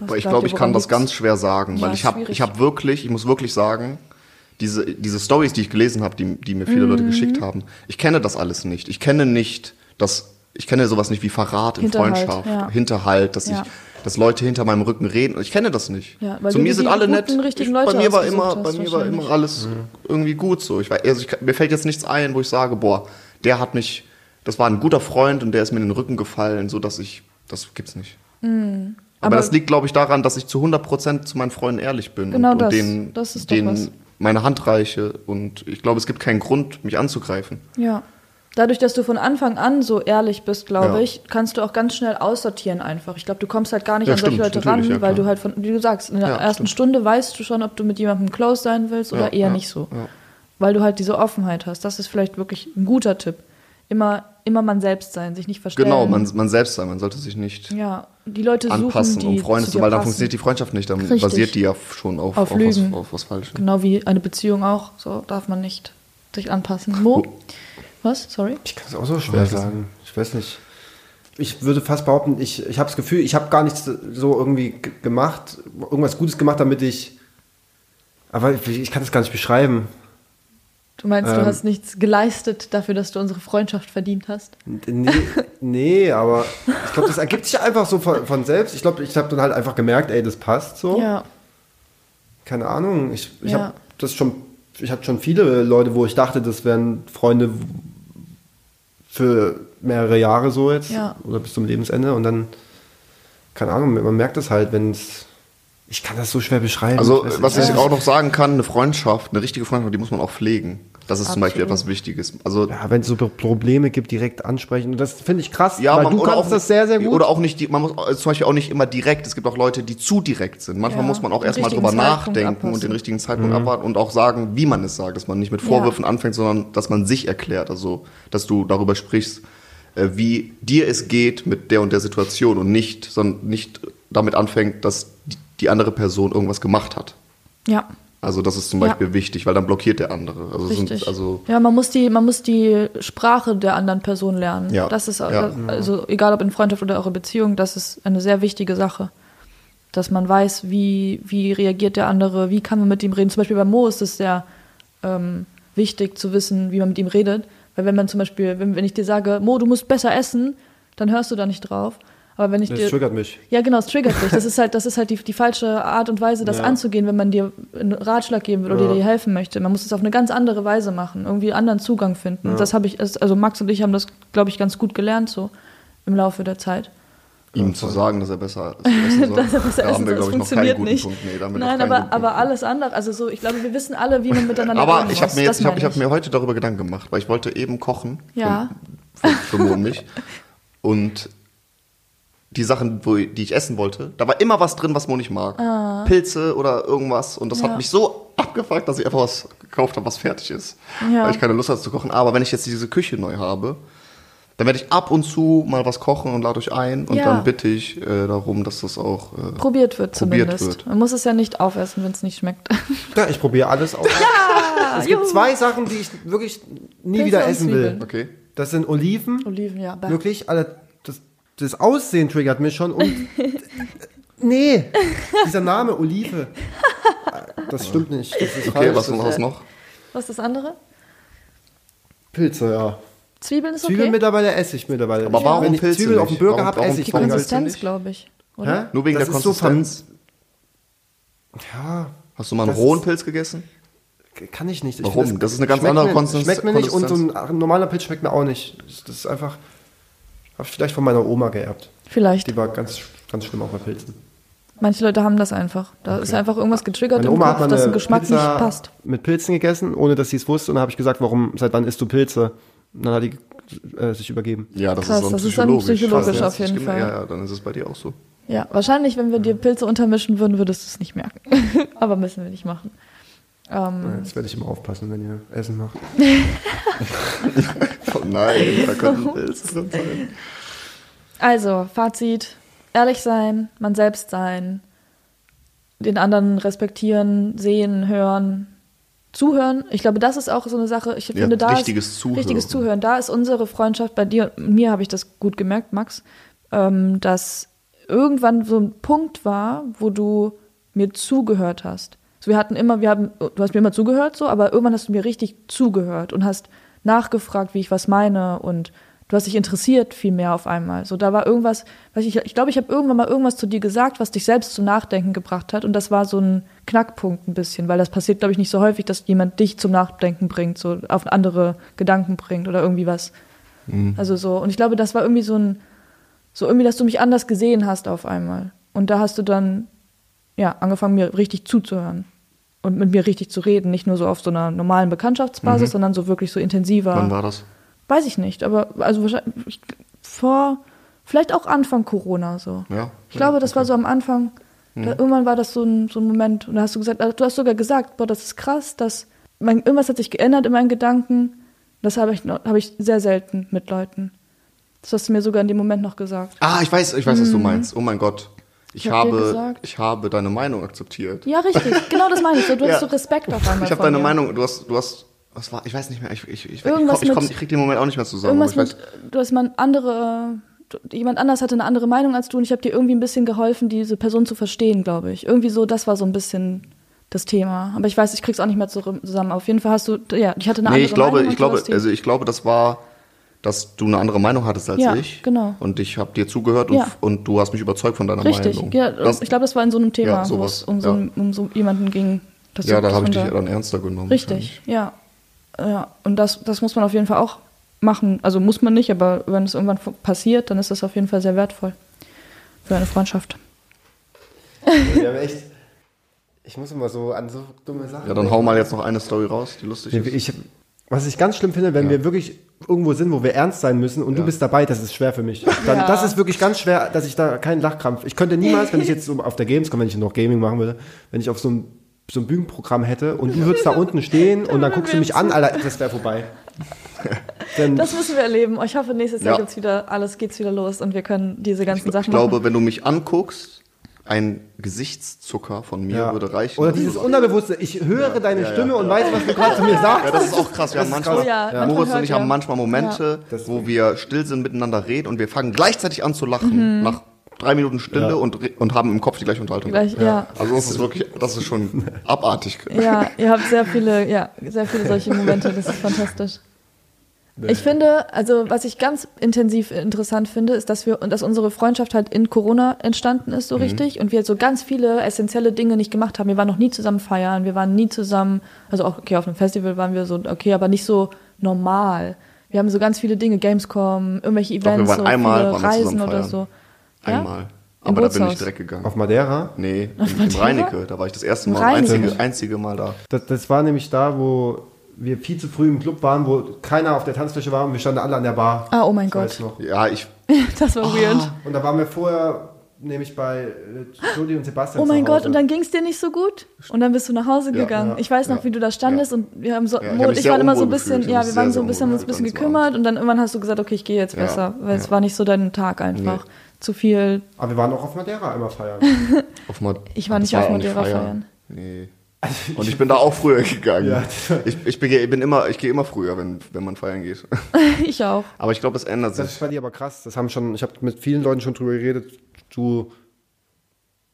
was
Boah, ich
glaubt
glaube, ich
ihr,
kann
woran
das ganz
liegt's?
schwer sagen,
Ja,
weil ich habe
schwierig.
ich hab wirklich, ich muss wirklich sagen, diese, diese Stories, die ich gelesen habe, die, die mir viele
Mhm.
Leute geschickt haben, ich kenne das alles nicht. Ich kenne nicht, dass ich kenne sowas nicht wie Verrat in
Hinterhalt,
Freundschaft,
ja.
Hinterhalt, dass
Ja.
ich dass Leute hinter meinem Rücken reden. Ich kenne das nicht.
Ja, weil
Zu
du
mir
dir
sind
die
alle
guten,
nett.
richtigen
ich,
Leute
bei mir war
ausgesucht
immer,
hast,
bei mir war
wahrscheinlich.
immer alles irgendwie gut so. Ich, war- also ich, kann- mir fällt jetzt nichts ein, wo ich sage, boah, der hat mich, das war ein guter Freund und der ist mir in den Rücken gefallen, so dass ich, das gibt's nicht. Aber,
Mhm. Aber-
das liegt, glaube ich, daran, dass ich zu 100% zu meinen Freunden ehrlich bin
Genau
und,
das.
und denen,
Das ist doch
denen
was.
meine Hand reiche. Und ich glaube, es gibt keinen Grund, mich anzugreifen.
Ja. Dadurch, dass du von Anfang an so ehrlich bist, glaube
Ja.
ich, kannst du auch ganz schnell aussortieren einfach. Ich glaube, du kommst halt gar nicht
Ja,
an solche
stimmt,
Leute ran,
natürlich, ja,
weil du
klar.
halt von, wie du sagst, in der
Ja,
ersten
stimmt.
Stunde weißt du schon, ob du mit jemandem close sein willst oder
Ja,
eher
ja,
nicht so.
ja.
Weil du halt diese Offenheit hast. Das ist vielleicht wirklich ein guter Tipp. Immer, immer man selbst sein, sich nicht verstellen.
Genau, man, man selbst sein, man sollte sich nicht
ja, die Leute suchen,
anpassen,
die
um Freunde
zu
zu,
dir
weil dann
passen.
funktioniert die Freundschaft nicht, dann
Richtig.
basiert die ja schon auf, auf,
Auf
was,
Lügen.
auf was Falschem.
Genau wie eine Beziehung auch. So darf man nicht sich anpassen. Mo? Was? Sorry?
Ich kann es auch so schwer sagen. Ich weiß nicht. Ich würde fast behaupten, ich, ich habe das Gefühl, ich habe gar nichts so irgendwie g- gemacht, irgendwas Gutes gemacht, damit ich. Aber ich, ich kann das gar nicht beschreiben.
Du meinst, du
Ähm.
hast nichts geleistet dafür, dass du unsere Freundschaft verdient hast?
Nee, nee aber ich glaube, das ergibt sich einfach so von, von selbst. Ich glaube, ich habe dann halt einfach gemerkt, ey, das passt so.
Ja.
Keine Ahnung. Ich, ich
Ja.
habe das schon. Ich hatte schon viele Leute, wo ich dachte, das wären Freunde für mehrere Jahre so jetzt
Ja.
oder bis zum Lebensende und dann keine Ahnung, man merkt das halt, wenn es ich kann das so schwer beschreiben.
Also,
Ich weiß
was
nicht.
ich auch noch sagen kann, eine Freundschaft, eine richtige Freundschaft, die muss man auch pflegen. Das ist zum Beispiel
Absolut.
etwas Wichtiges. Also,
ja, wenn es so Probleme gibt, direkt ansprechen und das finde ich krass,
Ja,
weil
man,
du
oder
kannst
auch,
das sehr sehr gut.
Oder auch nicht, die- man muss äh, zum Beispiel auch nicht immer direkt. Es gibt auch Leute, die zu direkt sind. Manchmal
Ja,
muss man auch
den
erstmal
richtigen
drüber
Zeitpunkt
nachdenken
abpassen. Mhm.
und den richtigen Zeitpunkt abwarten und auch sagen, wie man es sagt, dass man nicht mit Vorwürfen anfängt, sondern dass man sich erklärt. Also, dass du darüber sprichst, äh, wie dir es geht mit der und der Situation und nicht, sondern nicht damit anfängt, dass die- die andere Person irgendwas gemacht hat.
Ja,
Also das ist zum
Ja.
Beispiel wichtig, weil dann blockiert der andere. Also, sind,
richtig.
also
ja, man muss, die, man muss die Sprache der anderen Person lernen.
Ja.
Das ist,
Ja.
also egal ob in Freundschaft oder auch in Beziehung, das ist eine sehr wichtige Sache. Dass man weiß, wie, wie reagiert der andere, wie kann man mit ihm reden. Zum Beispiel bei Mo ist es sehr ähm, wichtig zu wissen, wie man mit ihm redet. Weil wenn man zum Beispiel, wenn, wenn ich dir sage, Mo, du musst besser essen, dann hörst du da nicht drauf. Aber wenn ich
Das
dir.
triggert mich.
Ja, genau, es triggert dich. Das ist halt, das ist halt die, die falsche Art und Weise, das
Ja.
anzugehen, wenn man dir einen Ratschlag geben will oder
Ja.
dir helfen möchte. Man muss es auf eine ganz andere Weise machen, irgendwie einen anderen Zugang finden.
Ja.
Und das habe ich, also Max und ich haben das, glaube ich, ganz gut gelernt so im Laufe der Zeit.
ihm zu sagen, dass er besser essen soll.
dass
da
er besser essen
haben wir,
soll. Das
glaube ich, noch keinen
also funktioniert
guten
nicht.
Punkt. Nee, da haben wir noch
Nein,
keinen
aber,
guten Punkt.
aber alles andere, also so, ich glaube, wir wissen alle, wie man miteinander
Aber
umgehen
ich habe
muss.
mir jetzt,
Das
ich habe
meine
ich hab mir heute darüber Gedanken gemacht, weil ich wollte eben kochen.
Ja.
Für, für, für Mo und mich. Und die Sachen, wo, die ich essen wollte, da war immer was drin, was Mo nicht mag. Pilze oder irgendwas. Und das
Ah. Ja.
hat mich so abgefuckt, dass ich einfach was gekauft habe, was fertig ist.
Ja.
Weil ich keine Lust hatte zu kochen. Aber wenn ich jetzt diese Küche neu habe, dann werde ich ab und zu mal was kochen und lade euch ein. Und
Ja.
dann bitte ich äh, darum, dass das auch äh,
Probiert wird
Probiert
zumindest.
wird.
Man muss es ja nicht aufessen, wenn es nicht schmeckt.
Ja, ich probiere alles aus. es gibt
juhu.
zwei Sachen, die ich wirklich nie
Pilze
wieder
und
essen will.
Zwiebeln.
Okay.
Das sind Oliven.
Oliven, ja. bah.
Wirklich, Alter, das, das Aussehen triggert mich schon und. nee, dieser Name Olive. Das stimmt nicht. Das ist
Okay,
falsch.
was
Das-
was noch?
Was ist das andere?
Pilze, ja.
Zwiebeln ist okay.
Zwiebeln mittlerweile esse ich mittlerweile.
Aber warum
Wenn ich
Pilze
Zwiebeln auf dem
nicht?
Burger
Warum-
habe,
warum-
esse ich
die
warum-
Burger.
Konsistenz,
nicht?
glaube ich. Oder?
Hä?
Nur wegen
Das
der
ist so
Konsistenz.
Ja,
Hast du mal einen
Das
rohen
ist-
Pilz gegessen?
kann ich nicht. Ich
Warum?
find
Das ist eine ganz
schmeckt
andere
mir,
Konsistenz-
Schmeckt mir nicht und so
Konsistenz.
ein normaler Pilz schmeckt mir auch nicht. Das das ist einfach. Hab ich vielleicht von meiner Oma geerbt.
Vielleicht.
Die war ganz, ganz schlimm auch bei Pilzen.
Manche Leute haben das einfach. Da ist einfach irgendwas getriggert
Meine
im
Oma hat mal
Kopf, um dass
eine
ein Geschmack
Pizza
nicht passt.
mit Pilzen gegessen, ohne dass sie es wusste. Und dann habe ich gesagt, warum, seit wann isst du Pilze? Und dann hat die äh, sich übergeben.
Ja, das
Krass,
ist dann
das ist dann
psychologisch.
psychologisch
Krass, ja.
auf jeden
Stimmt,
Fall.
Ja, ja, dann ist es bei dir auch so.
Ja, wahrscheinlich, wenn wir dir Pilze untermischen würden, würdest du es nicht merken. Aber müssen wir nicht machen. Ähm,
Ja, Jetzt werde ich immer aufpassen, wenn ihr Essen macht.
Oh nein, da könnten Pilze drin sein.
Also, Fazit: ehrlich sein, man selbst sein, den anderen respektieren, sehen, hören, zuhören. Ich glaube, das ist auch so eine Sache. Ich
Ja,
finde, da
richtiges
ist,
Zuhören.
richtiges Zuhören. Da ist unsere Freundschaft bei dir und mir habe ich das gut gemerkt, Max, ähm, dass irgendwann so ein Punkt war, wo du mir zugehört hast. Also wir hatten immer, wir haben, du hast mir immer zugehört so, aber irgendwann hast du mir richtig zugehört und hast nachgefragt, wie ich was meine und du hast dich interessiert viel mehr auf einmal. So, da war irgendwas, weiß ich, ich glaube, ich habe irgendwann mal irgendwas zu dir gesagt, was dich selbst zum Nachdenken gebracht hat und das war so ein Knackpunkt ein bisschen, weil das passiert, glaube ich, nicht so häufig, dass jemand dich zum Nachdenken bringt, so auf andere Gedanken bringt oder irgendwie was. Also so, und ich glaube, das war irgendwie so ein, so irgendwie, dass du mich anders gesehen hast auf einmal. Und da hast du dann, ja, angefangen, mir richtig zuzuhören. Und mit mir richtig zu reden, nicht nur so auf so einer normalen Bekanntschaftsbasis, sondern so wirklich so intensiver.
Wann war das?
Weiß ich nicht, aber also wahrscheinlich ich- vor, vielleicht auch Anfang Corona so.
Ja. Mhm.
Ich glaube, das war so am Anfang. Da, irgendwann war das so ein, so ein Moment. Und da hast du gesagt, also, du hast sogar gesagt, boah, das ist krass, dass mein, irgendwas hat sich geändert in meinen Gedanken. Das habe ich, noch- habe ich sehr selten mit Leuten. Das hast du mir sogar in dem Moment noch gesagt.
Ah, ich weiß, ich weiß, was du meinst. Oh mein Gott. Ich,
Hm. Ich hab dir
habe,
gesagt.
ich habe deine Meinung akzeptiert.
Ja, richtig, genau das meine ich. So, du hast
Ja.
so Respekt auf einmal.
Ich habe
vor
deine
mir.
Meinung, du hast, du hast, was war, ich weiß nicht mehr, ich, ich, ich, ich, komm,
Irgendwas
ich, komm,
mit-
ich krieg den Moment auch nicht mehr zusammen. aber
Irgendwas
Ich weiß,
mit, du hast mal andere, du- jemand anders hatte eine andere Meinung als du und ich habe dir irgendwie ein bisschen geholfen, diese Person zu verstehen, glaube ich. Irgendwie so, das war so ein bisschen das Thema. Aber ich weiß, ich krieg's auch nicht mehr zur- zusammen. Auf jeden Fall hast du, ja, ich hatte eine
nee,
andere
ich glaube,
Meinung.
ich
und du
glaube,
hast die-
also ich glaube, das war, dass du eine andere Meinung hattest als
Ja,
ich.
genau.
Und ich habe dir zugehört und,
Ja.
und du hast mich überzeugt von deiner
Richtig,
Meinung.
ja,
das,
ich glaube, das war in so einem Thema,
Ja,
wo
sowas,
es um, so,
ja.
einen- um so jemanden ging. dass
ja,
du-
da habe ich
dass
dich
man
ja dann ernster genommen.
Richtig, ja. ja. Und das, das muss man auf jeden Fall auch machen. Also muss man nicht, aber wenn es irgendwann f- passiert, dann ist das auf jeden Fall sehr wertvoll für eine Freundschaft.
Wir haben echt. Ich muss immer so an so dumme Sachen.
Ja, dann hau mal jetzt noch eine Story raus, die lustig ist.
Ich, was ich ganz schlimm finde, wenn wir wirklich irgendwo sind, wo wir ernst sein müssen und du bist dabei, das ist schwer für mich. Dann,
Ja.
Das ist wirklich ganz schwer, dass ich da keinen Lachkrampf. Ich könnte niemals, wenn ich jetzt so auf der Gamescom, wenn ich noch Gaming machen würde, wenn ich auf so einem so ein Bühnenprogramm hätte und du würdest da unten stehen und dann guckst du mich an, Alter, das wäre vorbei. Dann,
Das müssen wir erleben. Ich hoffe, nächstes Jahr
Ja.
gibt's wieder alles geht's wieder los und wir können diese ganzen
Ich
Sachen
glaube,
machen.
wenn du mich anguckst, ein Gesichtszucker von mir
ja.
würde reichen.
Oder dieses Unterbewusste, ich höre deine Stimme und weiß, was du gerade zu mir sagst.
ja, das ist auch krass. Wir haben manchmal,
krass. Ja, manchmal
Moritz und
hört
ich
ihr.
haben manchmal Momente,
Das-
wo wir still sind, miteinander reden und wir fangen gleichzeitig an zu
Mhm.
lachen. Nach drei Minuten Stille
Ja.
und, re- und haben im Kopf die gleiche Unterhaltung.
Gleich, ja.
Also das ist wirklich, das ist schon abartig.
ja, ihr habt sehr viele, ja, sehr viele solche Momente. Das ist fantastisch. Ich finde, also was ich ganz intensiv interessant finde, ist, dass wir und dass unsere Freundschaft halt in Corona entstanden ist,
Mhm.
so richtig, und wir halt so ganz viele essentielle Dinge nicht gemacht haben. Wir waren noch nie zusammen feiern, wir waren nie zusammen, also auch okay, auf einem Festival waren wir so, okay, aber nicht so normal. Wir haben so ganz viele Dinge, Gamescom, irgendwelche
wir
Events,
waren
so
einmal,
viele
waren wir
Reisen
zusammen
oder
feiern.
so. Ja?
Einmal.
Im
Aber da bin ich
Bootshaus.
direkt gegangen.
Auf Madeira?
nee, im, im
Madeira?
Reinecke. Da war ich das erste
Im
Mal,
Reinecke.
einzige, einzige Mal da.
Das, das war nämlich da, wo wir viel zu früh im Club waren, wo keiner auf der Tanzfläche war und wir standen alle an der Bar.
Ah, oh mein
Ich weiß
Gott.
noch.
Ja, ich,
Das war
Ah,
weird.
Und da waren wir vorher nämlich bei äh, Jody und Sebastian.
Oh mein
zu
Gott,
Hause.
und dann ging es dir nicht so gut? Und dann bist du nach Hause
Ja,
gegangen.
ja,
ich weiß noch,
ja,
wie du da standest und wir haben so,
Ja, ich
Mo
hab
und
mich
ich
sehr
war immer so ein
unwohl
bisschen,
gefühlt. Ich hab
ja,
mich
wir
sehr,
waren so ein
sehr
bisschen, haben uns ein
unwohl
bisschen
gefühlt
gekümmert und dann irgendwann hast du gesagt, okay, ich gehe jetzt
Ja,
besser, weil es
ja.
war nicht so dein Tag einfach.
Nee.
Zu viel.
Aber wir waren auch auf Madeira einmal feiern.
auf Mad
Ich war
das
nicht auf
auch
Madeira feiern.
Nee. Und Also ich bin da auch früher gegangen.
Ja.
Ich, ich, bin, ich bin immer, ich gehe immer früher, wenn, wenn man feiern geht.
ich auch.
Aber ich glaube, das ändert sich.
Das fand ich aber krass. Das haben schon, ich habe mit vielen Leuten schon drüber geredet. Du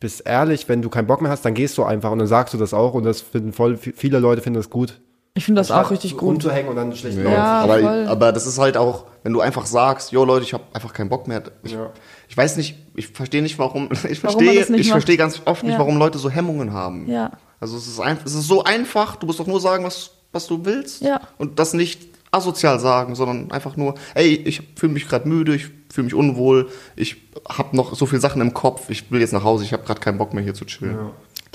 bist ehrlich, wenn du keinen Bock mehr hast, dann gehst du einfach und dann sagst du das auch und das finden voll viele Leute finden das gut.
Ich finde
Also
das auch richtig
so
gut.
Rumzuhängen und dann schlecht
Ja,
Ja,
aber,
voll.
aber das ist halt auch, wenn du einfach sagst, jo Leute, ich habe einfach keinen Bock mehr. Ich,
Ja.
ich weiß nicht, ich verstehe nicht, warum. Ich
Warum
verstehe,
man das nicht
ich
macht.
verstehe ganz oft nicht,
Ja.
warum Leute so Hemmungen haben.
Ja.
Also es ist einfach, es ist so einfach. Du musst doch nur sagen, was was du willst
Ja.
und das nicht asozial sagen, sondern einfach nur, ey, ich fühle mich gerade müde, ich fühle mich unwohl, ich habe noch so viele Sachen im Kopf, ich will jetzt nach Hause, ich habe gerade keinen Bock mehr hier zu chillen.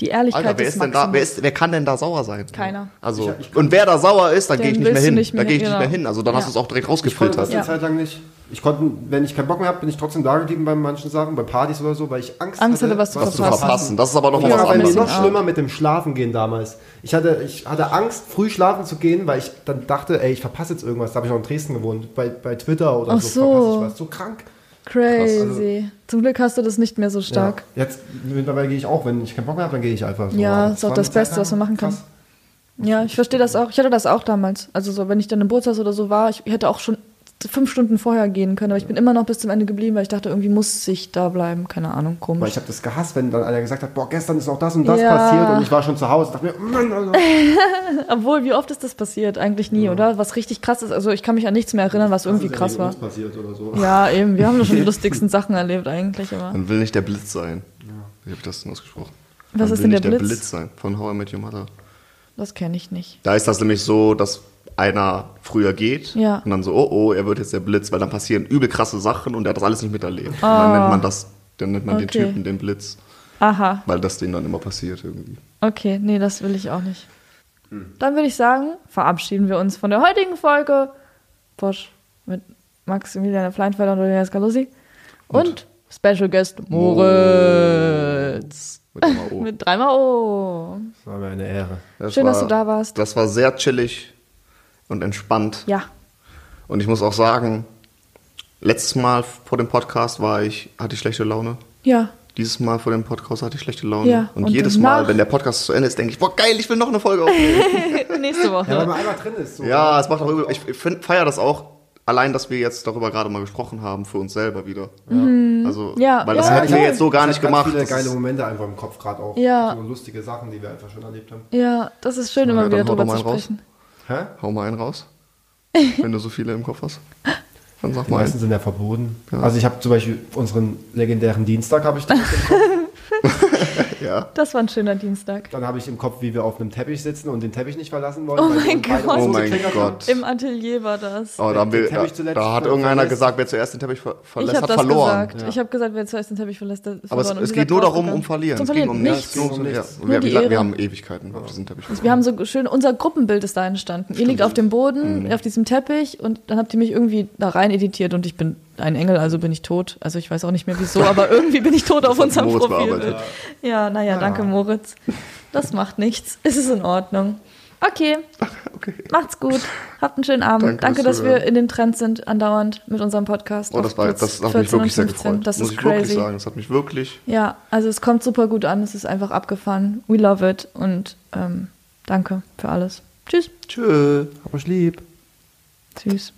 Die Ehrlichkeit
Alter, wer
ist
ist denn da, wer,
Maximus.
ist, wer kann denn da sauer sein?
Keiner.
Also,
Ich- ich-
und wer da sauer ist, dann
Dann
gehe ich nicht mehr
willst du
hin.
nicht
da
mehr-
gehe ich nicht
genau.
mehr hin. Also dann
Ja.
hast du es auch direkt
Ich konnte das
rausgefiltert.
eine
Ja.
Zeit lang nicht. Ich konnte, wenn ich keinen Bock mehr habe, bin ich trotzdem da geblieben bei manchen Sachen, bei Partys oder so, weil ich Angst,
Angst hatte, was zu
Was zu
verpassen.
verpassen. Das ist aber noch mal
Ja,
was
bei mir
anderes.
noch
Ja.
schlimmer mit dem Schlafen gehen damals. Ich hatte, ich hatte Angst, früh schlafen zu gehen, weil ich dann dachte, ey, ich verpasse jetzt irgendwas. Da habe ich noch in Dresden gewohnt, bei, bei Twitter oder
Ach
so,
so.
verpasse ich was. So krank.
Crazy.
Krass, also-
Zum Glück hast du das nicht mehr so stark.
Ja. Jetzt mittlerweile gehe ich auch, wenn ich keinen Bock mehr habe, dann gehe ich einfach. So.
Ja,
Aber
ist auch
war
das
eine Zeit
Beste,
lang
was man machen kann.
krass.
Ja, ich verstehe das auch. Ich hatte das auch damals. Also so, wenn ich dann im Bootshaus oder so war, ich hätte auch schon fünf Stunden vorher gehen können, aber ich bin immer noch bis zum Ende geblieben, weil ich dachte, irgendwie muss ich da bleiben. Keine Ahnung,
Weil
komisch.
ich habe das gehasst, wenn dann einer gesagt hat, boah, gestern ist noch das und das
Ja.
passiert und ich war schon zu Hause. Dachte mir, oh Mann, also.
Obwohl, wie oft ist das passiert? Eigentlich nie, oder? Was richtig krass ist. Also ich kann mich an nichts mehr erinnern, was irgendwie krass war.
Also passiert oder so.
Ja, eben. Wir haben doch schon die lustigsten Sachen erlebt eigentlich immer.
Dann will nicht der Blitz sein. Wie habe ich das denn ausgesprochen?
Was
Dann
ist
will
denn der
nicht
Blitz?
Blitz sein von How I Met Your Mother.
Das kenne ich nicht.
Da ist das nämlich so, dass einer früher geht
Ja.
und dann so, oh oh, er wird jetzt der Blitz, weil dann passieren übel krasse Sachen und er hat das alles nicht miterlebt. Und dann nennt man das, dann nennt man
Ah. Okay.
den Typen den Blitz,
Aha.
weil das denen dann immer passiert irgendwie.
Okay, nee, das will ich auch nicht.
Hm.
Dann würde ich sagen, verabschieden wir uns von der heutigen Folge. Bosch mit Maximilian Fleinfelder und Julian Scaluzzi. Und, Special Guest Moritz.
Mit dem AO.
Mit dreimal O.
Das war mir eine Ehre.
Das
Schön, dass du da warst.
Das war sehr chillig und entspannt.
Ja.
Und ich muss auch sagen, letztes Mal vor dem Podcast war ich, hatte ich schlechte Laune.
Ja.
Dieses Mal vor dem Podcast hatte ich schlechte Laune.
Ja,
und,
und
jedes
danach-
Mal, wenn der Podcast zu Ende ist, denke ich, boah, geil, ich will noch eine Folge aufnehmen.
Nächste
Ja, weil
Woche.
man einmal drin ist. So.
ja, es macht auch übel. Ich, ich find- feier das auch. Allein, dass wir jetzt darüber gerade mal gesprochen haben, für uns selber wieder. Also,
Mhm. Ja,
weil das
ja,
hätten wir
toll.
jetzt so gar
Ich
nicht
hab
gemacht.
Ganz viele
Das
geile
ist-
Momente einfach im Kopf gerade auch.
Ja.
So lustige Sachen, die wir einfach schon erlebt haben.
Ja, das ist schön, immer
Ja,
wieder
dann hau
drüber
doch
zu
mal einen raus.
sprechen.
Hä?
Hau mal einen raus. Wenn du so viele im Kopf hast. Dann sag
Die
mal. einen.
meisten sind ja verboten. Also ich habe zum Beispiel unseren legendären Dienstag habe ich da. im Kopf.
Ja. Oh
Das war ein schöner Dienstag.
Dann habe ich im Kopf, wie wir auf einem Teppich sitzen und den Teppich nicht verlassen wollen.
Oh
weil wir
mein
beide
Gott.
uns
Oh
so
mein
gekriegt haben.
Gott.
Im Atelier war das.
Oh, da, haben
Den
wir,
Teppich
da,
zuletzt
da hat irgendeiner
verlässt.
gesagt, wer zuerst den Teppich ver
Ich
verlässt,
habe
hat
das
verloren.
gesagt. Ich habe gesagt, wer zuerst den Teppich verlässt, der verloren.
Aber es,
Und
es geht
wir sind
nur darum,
rausgegangen.
um Verlieren.
Zum
es ging
Verlieren.
um
nichts.
Nur um
nichts.
nichts.
Nur
Wir,
die
wir,
Ehre.
wir haben Ewigkeiten auf diesen Teppich.
Wir haben so schön, unser Gruppenbild ist da entstanden. Ihr liegt auf dem Boden,
Mhm.
auf diesem Teppich und dann habt ihr mich irgendwie da rein editiert und ich bin ein Engel, also bin ich tot. Also ich weiß auch nicht mehr wieso, aber irgendwie bin ich tot auf
hat
unserem
Moritz
Profil.
bearbeitet.
Ja, naja, danke Moritz. Das macht nichts. Es ist in Ordnung. Okay,
Okay.
macht's gut. Habt einen schönen Abend.
Danke,
Danke,
dass
dass
du
wir
hörst.
in dem Trend sind, andauernd mit unserem Podcast.
Oh,
auf
das, war,
Platz
das hat
14
mich wirklich
und
sehr
15.
gefreut.
Das
Muss
ist
ich wirklich
crazy.
sagen. Das hat mich wirklich.
Ja, also es kommt super gut an. Es ist einfach abgefahren. We love it und ähm, danke für alles. Tschüss.
Tschö.
Hab euch lieb.
Tschüss.